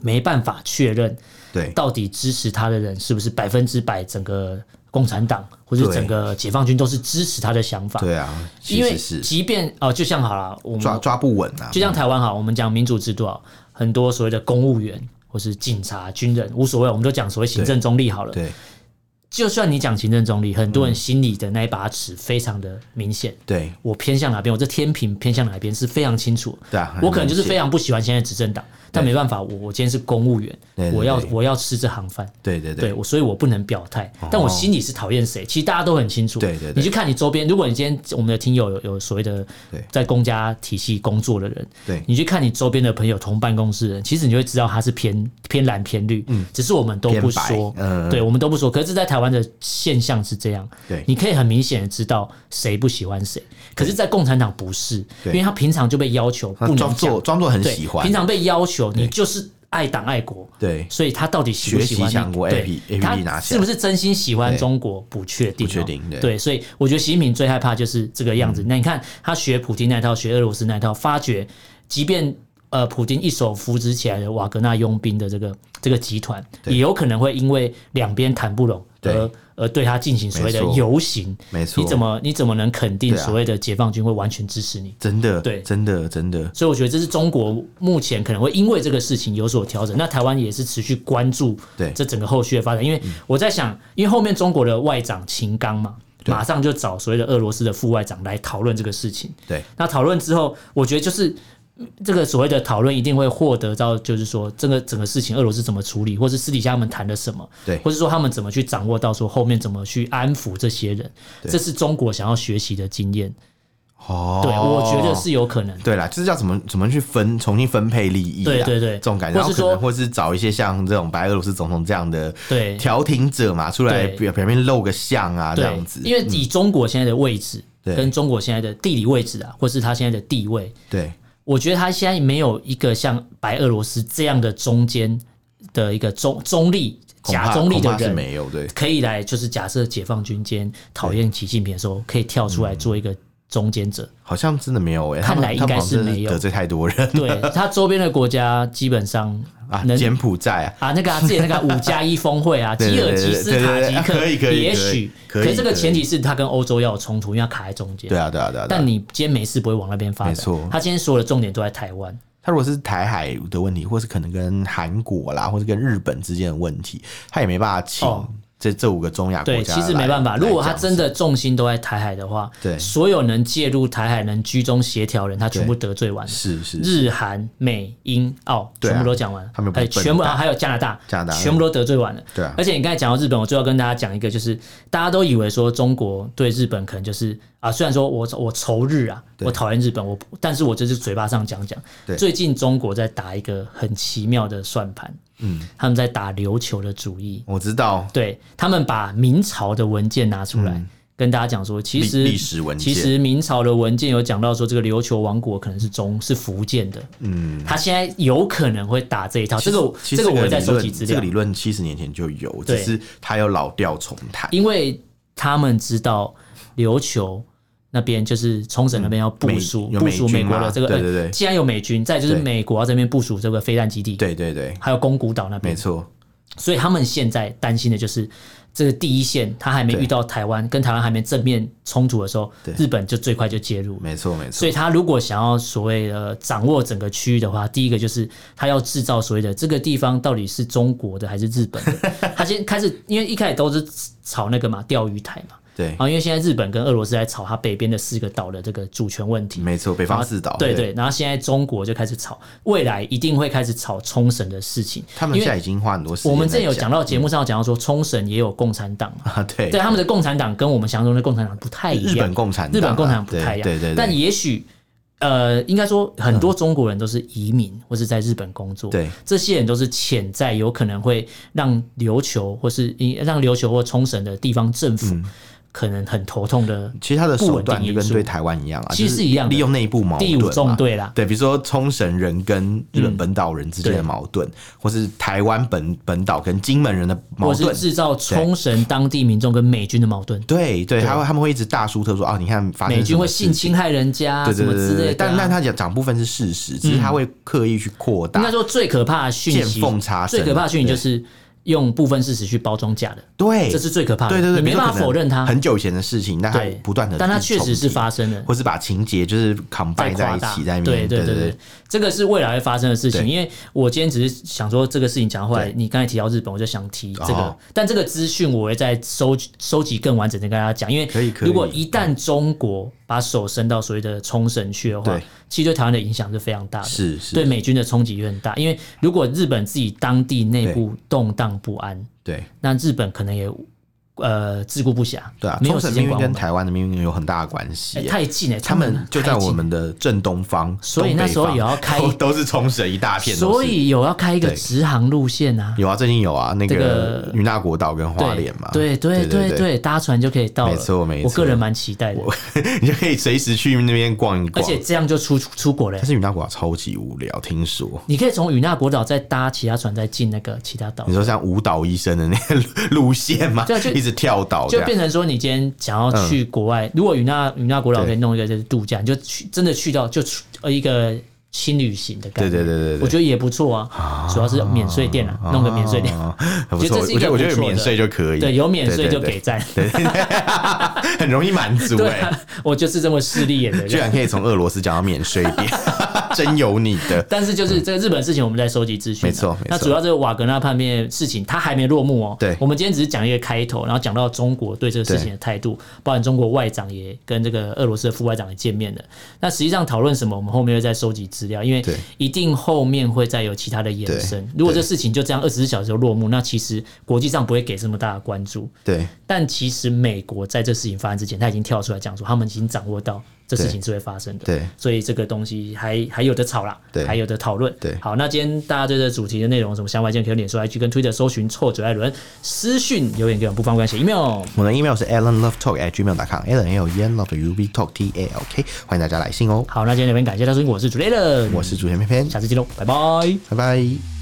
[SPEAKER 2] 没办法确认
[SPEAKER 1] 对
[SPEAKER 2] 到底支持他的人是不是百分之百整个共产党或者
[SPEAKER 1] 对
[SPEAKER 2] 整个解放军都是支持他的想法。
[SPEAKER 1] 对啊，
[SPEAKER 2] 因
[SPEAKER 1] 其
[SPEAKER 2] 为
[SPEAKER 1] 实是
[SPEAKER 2] 即便哦、就像好了，我们
[SPEAKER 1] 抓抓不稳啊，
[SPEAKER 2] 就像台湾好，我们讲民主制度啊，很多所谓的公务员或是警察、军人无所谓，我们都讲所谓行政中立好了。
[SPEAKER 1] 对
[SPEAKER 2] 就算你讲行政中立，很多人心里的那一把尺非常的明显，
[SPEAKER 1] 对
[SPEAKER 2] 我偏向哪边，我这天平偏向哪边是非常清楚的。
[SPEAKER 1] 对啊，
[SPEAKER 2] 我可能就是
[SPEAKER 1] 很明显
[SPEAKER 2] 非常不喜欢现在执政党，但没办法，我我今天是公务员，
[SPEAKER 1] 对对对
[SPEAKER 2] 我要我要吃这行饭。
[SPEAKER 1] 对对
[SPEAKER 2] 对
[SPEAKER 1] 对
[SPEAKER 2] 我，所以我不能表态，但我心里是讨厌谁，其实大家都很清楚。
[SPEAKER 1] 对对对
[SPEAKER 2] 你去看你周边，如果你今天我们的听友有有所谓的
[SPEAKER 1] 对
[SPEAKER 2] 在公家体系工作的人，
[SPEAKER 1] 对
[SPEAKER 2] 你去看你周边的朋友同办公室的人，其实你就会知道他是偏偏蓝偏绿，只是我们都不
[SPEAKER 1] 嗯偏白
[SPEAKER 2] 说，
[SPEAKER 1] 嗯嗯
[SPEAKER 2] 对我们都不说。可是，在台湾的现象是这样，
[SPEAKER 1] 对
[SPEAKER 2] 你可以很明显的知道谁不喜欢谁，可是，在共产党不是，因
[SPEAKER 1] 对
[SPEAKER 2] 为他平常就被要求不
[SPEAKER 1] 他
[SPEAKER 2] 能
[SPEAKER 1] 装
[SPEAKER 2] 讲
[SPEAKER 1] 作装作很
[SPEAKER 2] 对
[SPEAKER 1] 喜欢
[SPEAKER 2] 平，常被要求你就是爱党爱国，
[SPEAKER 1] 对
[SPEAKER 2] 所以他到底喜不喜
[SPEAKER 1] 学
[SPEAKER 2] 欢
[SPEAKER 1] 习强国
[SPEAKER 2] 对
[SPEAKER 1] APP APP
[SPEAKER 2] 他
[SPEAKER 1] 拿下
[SPEAKER 2] 是不是真心喜欢中国不确定哦，
[SPEAKER 1] 不确定对嗯
[SPEAKER 2] 对，所以我觉得习近平最害怕就是这个样子。那你看他学普京那套，学俄罗斯那套，发觉即便。呃，普京一手扶植起来的瓦格纳佣兵的这个这个集团，也有可能会因为两边谈不拢而
[SPEAKER 1] 对
[SPEAKER 2] 而对他进行所谓的
[SPEAKER 1] 没错
[SPEAKER 2] 游行。
[SPEAKER 1] 没错
[SPEAKER 2] 你怎么你怎么能肯定
[SPEAKER 1] 对啊
[SPEAKER 2] 所谓的解放军会完全支持你？
[SPEAKER 1] 真的
[SPEAKER 2] 对
[SPEAKER 1] 真的真的
[SPEAKER 2] 所以我觉得这是中国目前可能会因为这个事情有所调整。那台湾也是持续关注
[SPEAKER 1] 对嗯
[SPEAKER 2] 这整个后续的发展，因为我在想，因为后面中国的外长秦刚嘛，马上就找所谓的俄罗斯的副外长来讨论这个事情。
[SPEAKER 1] 对
[SPEAKER 2] 那讨论之后，我觉得就是嗯这个所谓的讨论一定会获得到，就是说这个整个事情俄罗斯怎么处理，或是私底下他们谈了什么，
[SPEAKER 1] 对
[SPEAKER 2] 或是说他们怎么去掌握到说后面怎么去安抚这些人，这是中国想要学习的经验。
[SPEAKER 1] 哦，
[SPEAKER 2] 对，我觉得是有可能的。
[SPEAKER 1] 对啦，就是要怎么怎么去分重新分配利益啦，
[SPEAKER 2] 对对对
[SPEAKER 1] 这种感觉，然后
[SPEAKER 2] 或是
[SPEAKER 1] 可
[SPEAKER 2] 说
[SPEAKER 1] 能或是找一些像这种白俄罗斯总统这样的
[SPEAKER 2] 对
[SPEAKER 1] 调停者嘛，出来
[SPEAKER 2] 对
[SPEAKER 1] 表表面露个相啊，这
[SPEAKER 2] 对，
[SPEAKER 1] 样子，
[SPEAKER 2] 因为以中国现在的位置，
[SPEAKER 1] 对
[SPEAKER 2] 跟中国现在的地理位置啊，或是它现在的地位，
[SPEAKER 1] 对
[SPEAKER 2] 我觉得它现在没有一个像白俄罗斯这样的中间的一个中中立、
[SPEAKER 1] 恐怕
[SPEAKER 2] 假中立
[SPEAKER 1] 恐
[SPEAKER 2] 的
[SPEAKER 1] 怕是
[SPEAKER 2] 人，
[SPEAKER 1] 没有对
[SPEAKER 2] 可以来就是假设解放军间讨厌习近平的时候，可以跳出来做一个中 间者。
[SPEAKER 1] 好像真的没有哎、欸，
[SPEAKER 2] 看来
[SPEAKER 1] 他们他
[SPEAKER 2] 应该
[SPEAKER 1] 们好像
[SPEAKER 2] 是
[SPEAKER 1] 真的
[SPEAKER 2] 没有
[SPEAKER 1] 得罪太多人
[SPEAKER 2] 对他周边的国家基本上
[SPEAKER 1] 啊，
[SPEAKER 2] 能
[SPEAKER 1] 柬埔寨啊，
[SPEAKER 2] 啊，那个啊，之前那个五加一峰会啊，
[SPEAKER 1] 对
[SPEAKER 2] 吉
[SPEAKER 1] 对
[SPEAKER 2] 尔
[SPEAKER 1] 对
[SPEAKER 2] 吉斯、
[SPEAKER 1] 对对
[SPEAKER 2] 塔
[SPEAKER 1] 对
[SPEAKER 2] 吉
[SPEAKER 1] 啊
[SPEAKER 2] 克，
[SPEAKER 1] 可以可以可
[SPEAKER 2] 也
[SPEAKER 1] 以
[SPEAKER 2] 许，
[SPEAKER 1] 可以
[SPEAKER 2] 是这个
[SPEAKER 1] 可以
[SPEAKER 2] 前提是他跟欧洲要有冲突，因为他卡在中间。
[SPEAKER 1] 对啊对啊对啊，对啊
[SPEAKER 2] 但你今天没事不会往那边发展，
[SPEAKER 1] 没错
[SPEAKER 2] 他今天所有的重点都在台湾，
[SPEAKER 1] 他如果是台海的问题，或是可能跟韩国啦，或是跟日本之间的问题，他也没办法请。
[SPEAKER 2] 哦
[SPEAKER 1] 这这五个中亚国
[SPEAKER 2] 对，
[SPEAKER 1] 家
[SPEAKER 2] 其实没
[SPEAKER 1] 来
[SPEAKER 2] 办法，如果他
[SPEAKER 1] 来讲
[SPEAKER 2] 真的重心都在台海的话，
[SPEAKER 1] 对
[SPEAKER 2] 所有能介入台海、能居中协调人，他全部得罪完了。
[SPEAKER 1] 是是是
[SPEAKER 2] 日韩、美、英、澳
[SPEAKER 1] 对啊
[SPEAKER 2] 全部都讲完了，
[SPEAKER 1] 他们不
[SPEAKER 2] 哎
[SPEAKER 1] 是笨
[SPEAKER 2] 全部
[SPEAKER 1] 蛋
[SPEAKER 2] 啊还有加拿大，
[SPEAKER 1] 加拿大
[SPEAKER 2] 全部都得罪完了。
[SPEAKER 1] 对啊
[SPEAKER 2] 而且你刚才讲到日本，我最后要跟大家讲一个，就是大家都以为说中国对日本可能就是啊，虽然说我我仇日啊，我讨厌日本，我不但是我就是嘴巴上讲讲
[SPEAKER 1] 对。
[SPEAKER 2] 最近中国在打一个很奇妙的算盘，嗯，他们在打琉球的主意。
[SPEAKER 1] 我知道，
[SPEAKER 2] 对他们把明朝的文件拿出来、跟大家讲说，其实
[SPEAKER 1] 嗯历历史文件
[SPEAKER 2] 其实明朝的文件有讲到说，这个琉球王国可能是中是福建的，嗯，他现在有可能会打这一套。这个
[SPEAKER 1] 其
[SPEAKER 2] 这
[SPEAKER 1] 实
[SPEAKER 2] 个我
[SPEAKER 1] 理
[SPEAKER 2] 在收集
[SPEAKER 1] 论
[SPEAKER 2] 资
[SPEAKER 1] 这
[SPEAKER 2] 料
[SPEAKER 1] 个理，论七十年前就有，只
[SPEAKER 2] 对
[SPEAKER 1] 是它有老调重弹。
[SPEAKER 2] 因为他们知道琉球。那边就是冲绳那边要部署、
[SPEAKER 1] 美有
[SPEAKER 2] 部
[SPEAKER 1] 美
[SPEAKER 2] 署
[SPEAKER 1] 军
[SPEAKER 2] 美国的
[SPEAKER 1] 嘛
[SPEAKER 2] 这个，
[SPEAKER 1] 对
[SPEAKER 2] 呃
[SPEAKER 1] 对对
[SPEAKER 2] 既然有美军，再就是
[SPEAKER 1] 对
[SPEAKER 2] 美国这边部署这个飞弹基地，
[SPEAKER 1] 对对对，
[SPEAKER 2] 还有宫古岛那
[SPEAKER 1] 没
[SPEAKER 2] 边，
[SPEAKER 1] 错，
[SPEAKER 2] 所以他们现在担心的就是这个第一线，他还没
[SPEAKER 1] 对
[SPEAKER 2] 遇到台湾，跟台湾还没正面冲突的时候
[SPEAKER 1] 对，
[SPEAKER 2] 日本就最快就介入了。
[SPEAKER 1] 没错，没错
[SPEAKER 2] 所。以他如果想要所谓的呃掌握整个区域的话，第一个就是他要制造所谓的这个地方到底是中国的还是日本的。他先开始，因为一开始都是炒那个嘛钓鱼台嘛，
[SPEAKER 1] 对
[SPEAKER 2] 啊然，后因为现在日本跟俄罗斯在炒它北边的四个岛的这个主权问题，
[SPEAKER 1] 没错，北方四岛，
[SPEAKER 2] 对对，然后现在中国就开始炒，未来一定会开始炒冲绳的事情。
[SPEAKER 1] 他们
[SPEAKER 2] 因为
[SPEAKER 1] 现在已经花很多时间在。
[SPEAKER 2] 我们之前有讲到节目上有讲到说，冲绳也有共产党嘛，
[SPEAKER 1] 啊，对
[SPEAKER 2] 对他们的共产党跟我们想象中的共产党不太一样，
[SPEAKER 1] 日本共产党啊
[SPEAKER 2] 日本共产党不太一样，
[SPEAKER 1] 对对对对
[SPEAKER 2] 但也许。呃，应该说很多中国人都是移民、或是在日本工作，
[SPEAKER 1] 对，
[SPEAKER 2] 这些人都是潜在有可能会让琉球或是让琉球或冲绳的地方政
[SPEAKER 1] 嗯
[SPEAKER 2] 府可能很头痛的
[SPEAKER 1] 其实他的
[SPEAKER 2] 不
[SPEAKER 1] 手
[SPEAKER 2] 稳定
[SPEAKER 1] 段就
[SPEAKER 2] 因
[SPEAKER 1] 跟
[SPEAKER 2] 素
[SPEAKER 1] 对台湾一样啊，
[SPEAKER 2] 其实
[SPEAKER 1] 就是
[SPEAKER 2] 一样的
[SPEAKER 1] 利用内部矛盾嘛。
[SPEAKER 2] 第五纵队啦，
[SPEAKER 1] 对，比如说冲绳人跟日本本岛人之间的
[SPEAKER 2] 嗯对
[SPEAKER 1] 矛盾，或是台湾本本岛跟金门人的矛
[SPEAKER 2] 或是
[SPEAKER 1] 盾，
[SPEAKER 2] 制造冲绳当地民众跟美军的矛盾，
[SPEAKER 1] 对对，他会他们会一直大书特说啊，你看发生
[SPEAKER 2] 美
[SPEAKER 1] 什
[SPEAKER 2] 军
[SPEAKER 1] 么
[SPEAKER 2] 会
[SPEAKER 1] 事
[SPEAKER 2] 性
[SPEAKER 1] 情
[SPEAKER 2] 侵害人家、
[SPEAKER 1] 对
[SPEAKER 2] 什
[SPEAKER 1] 对
[SPEAKER 2] 么
[SPEAKER 1] 对
[SPEAKER 2] 之
[SPEAKER 1] 对
[SPEAKER 2] 类
[SPEAKER 1] 对，
[SPEAKER 2] 的、啊。嗯
[SPEAKER 1] 但但他讲讲部分是事实，只是他会刻意去扩
[SPEAKER 2] 应该
[SPEAKER 1] 大。
[SPEAKER 2] 说最可怕的讯息，
[SPEAKER 1] 见缝插针
[SPEAKER 2] 最可怕的讯息就是用部分事实去包装假的，
[SPEAKER 1] 对，
[SPEAKER 2] 这是最可怕的。
[SPEAKER 1] 对对对，
[SPEAKER 2] 你没
[SPEAKER 1] 比
[SPEAKER 2] 办法
[SPEAKER 1] 如说
[SPEAKER 2] 否
[SPEAKER 1] 可能
[SPEAKER 2] 认它。
[SPEAKER 1] 很久以前的事情，但他
[SPEAKER 2] 对，
[SPEAKER 1] 不断的，
[SPEAKER 2] 但它确实是，发生的。
[SPEAKER 1] 或是把情节就是
[SPEAKER 2] 再
[SPEAKER 1] combine 在
[SPEAKER 2] 夸
[SPEAKER 1] 一
[SPEAKER 2] 大，
[SPEAKER 1] 起在那
[SPEAKER 2] 对
[SPEAKER 1] 边，
[SPEAKER 2] 对
[SPEAKER 1] 对
[SPEAKER 2] 对，这个是未来会发生的事情。
[SPEAKER 1] 对
[SPEAKER 2] 因为我今天只是想说这个事情讲到后来
[SPEAKER 1] 对，
[SPEAKER 2] 你刚才提到日本，我就想提这个
[SPEAKER 1] 哦，
[SPEAKER 2] 但这个资讯我会再收收集更完整的跟大家讲。因
[SPEAKER 1] 可以
[SPEAKER 2] 为
[SPEAKER 1] 可以
[SPEAKER 2] 如果一旦中国把手伸到所谓的冲绳去的话
[SPEAKER 1] 对，
[SPEAKER 2] 其实对台湾的影响是非常大的。
[SPEAKER 1] 是是，
[SPEAKER 2] 对美军的冲击也很大，因为如果日本自己当地内部动荡不安，
[SPEAKER 1] 对
[SPEAKER 2] 那日本可能也呃自顾不暇，
[SPEAKER 1] 对啊，
[SPEAKER 2] 没
[SPEAKER 1] 冲
[SPEAKER 2] 有
[SPEAKER 1] 绳
[SPEAKER 2] 时
[SPEAKER 1] 命
[SPEAKER 2] 间
[SPEAKER 1] 运
[SPEAKER 2] 管我
[SPEAKER 1] 跟
[SPEAKER 2] 们。
[SPEAKER 1] 台湾的命运有很大的关系
[SPEAKER 2] 哎
[SPEAKER 1] 耶。
[SPEAKER 2] 太近了，
[SPEAKER 1] 他们就在
[SPEAKER 2] 太近
[SPEAKER 1] 我，们的正东方，
[SPEAKER 2] 所以那时候
[SPEAKER 1] 东北
[SPEAKER 2] 也
[SPEAKER 1] 方
[SPEAKER 2] 要 开
[SPEAKER 1] 都都是冲绳一大片都是，
[SPEAKER 2] 所以有要开一个
[SPEAKER 1] 对
[SPEAKER 2] 直航路线啊。
[SPEAKER 1] 有啊，最近有啊，那
[SPEAKER 2] 这
[SPEAKER 1] 个
[SPEAKER 2] 个
[SPEAKER 1] 与那国岛跟花
[SPEAKER 2] 对
[SPEAKER 1] 莲嘛，
[SPEAKER 2] 对对
[SPEAKER 1] 对
[SPEAKER 2] 对对，搭船就可以到了。
[SPEAKER 1] 没错没错
[SPEAKER 2] 我个人蛮期待的，
[SPEAKER 1] 对， 你就可以随时去那边逛一
[SPEAKER 2] 而
[SPEAKER 1] 逛。
[SPEAKER 2] 且这样就出出国了
[SPEAKER 1] 但。是与那国岛超级无聊，听说。
[SPEAKER 2] 你可以从与那国岛再搭其他船，再进那个其他岛
[SPEAKER 1] 你，说像舞蹈医生的那个 路线嘛，
[SPEAKER 2] 对啊就
[SPEAKER 1] 一直跳岛这
[SPEAKER 2] 就
[SPEAKER 1] 样，
[SPEAKER 2] 变成说，你今天想要去国外，
[SPEAKER 1] 嗯
[SPEAKER 2] 如果与那与那国岛可以弄一个就是度假，你就去真的去到就出呃一个轻旅行的感
[SPEAKER 1] 对
[SPEAKER 2] 觉，
[SPEAKER 1] 对对对对，
[SPEAKER 2] 我觉得也不错啊。主要是免税店啊，弄个免税店，
[SPEAKER 1] 哦，很不错，我
[SPEAKER 2] 觉得这是一
[SPEAKER 1] 觉得
[SPEAKER 2] 个
[SPEAKER 1] 我觉得
[SPEAKER 2] 不
[SPEAKER 1] 有
[SPEAKER 2] 错的
[SPEAKER 1] 免税就可以，
[SPEAKER 2] 对，有免税就给
[SPEAKER 1] 对，
[SPEAKER 2] 赞。
[SPEAKER 1] 对对对很容易满足
[SPEAKER 2] 对
[SPEAKER 1] 哎，
[SPEAKER 2] 啊， 我就是这么势利眼的
[SPEAKER 1] 居
[SPEAKER 2] 人。
[SPEAKER 1] 然可以从俄罗斯讲到免税店， 真有你的，
[SPEAKER 2] 但是就是这个日本事情，我们在收集资讯啊。
[SPEAKER 1] 没错没错
[SPEAKER 2] 那主要这个瓦格纳叛变事情，它还没落幕哦。
[SPEAKER 1] 对
[SPEAKER 2] 我们今天只是讲一个开头，然后讲到中国对这个事情的态度，包含中国外长也跟这个俄罗斯的副外长也见面了。那实际上讨论什么，我们后面会再收集资料，因为
[SPEAKER 1] 对
[SPEAKER 2] 一定后面会再有其他的延伸。如果这事情就这样二十四小时就落幕，那其实国际上不会给这么大的关注。
[SPEAKER 1] 对
[SPEAKER 2] 但其实美国在这事情发生之前，他已经跳出来讲说，他们已经掌握到这事情是会发生的。
[SPEAKER 1] 对
[SPEAKER 2] 所以这个东西还还有的吵啦，
[SPEAKER 1] 对
[SPEAKER 2] 还有的讨论。
[SPEAKER 1] 对
[SPEAKER 2] 好，那今天大家对这主题的内容有什么想法，建议可以脸书 IG 跟 Twitter 搜寻臭嘴艾伦，私讯留言给我们，不方便写 email。
[SPEAKER 1] 我的 email 是 alanlovetalk at gmail.com，alan l e n love u v talk t a l k，欢迎大家来信哦。
[SPEAKER 2] 好，那今天这边感谢大家收听，我是主持人，
[SPEAKER 1] 我是主持人偏偏，
[SPEAKER 2] 下次见喽，拜拜。
[SPEAKER 1] 拜拜。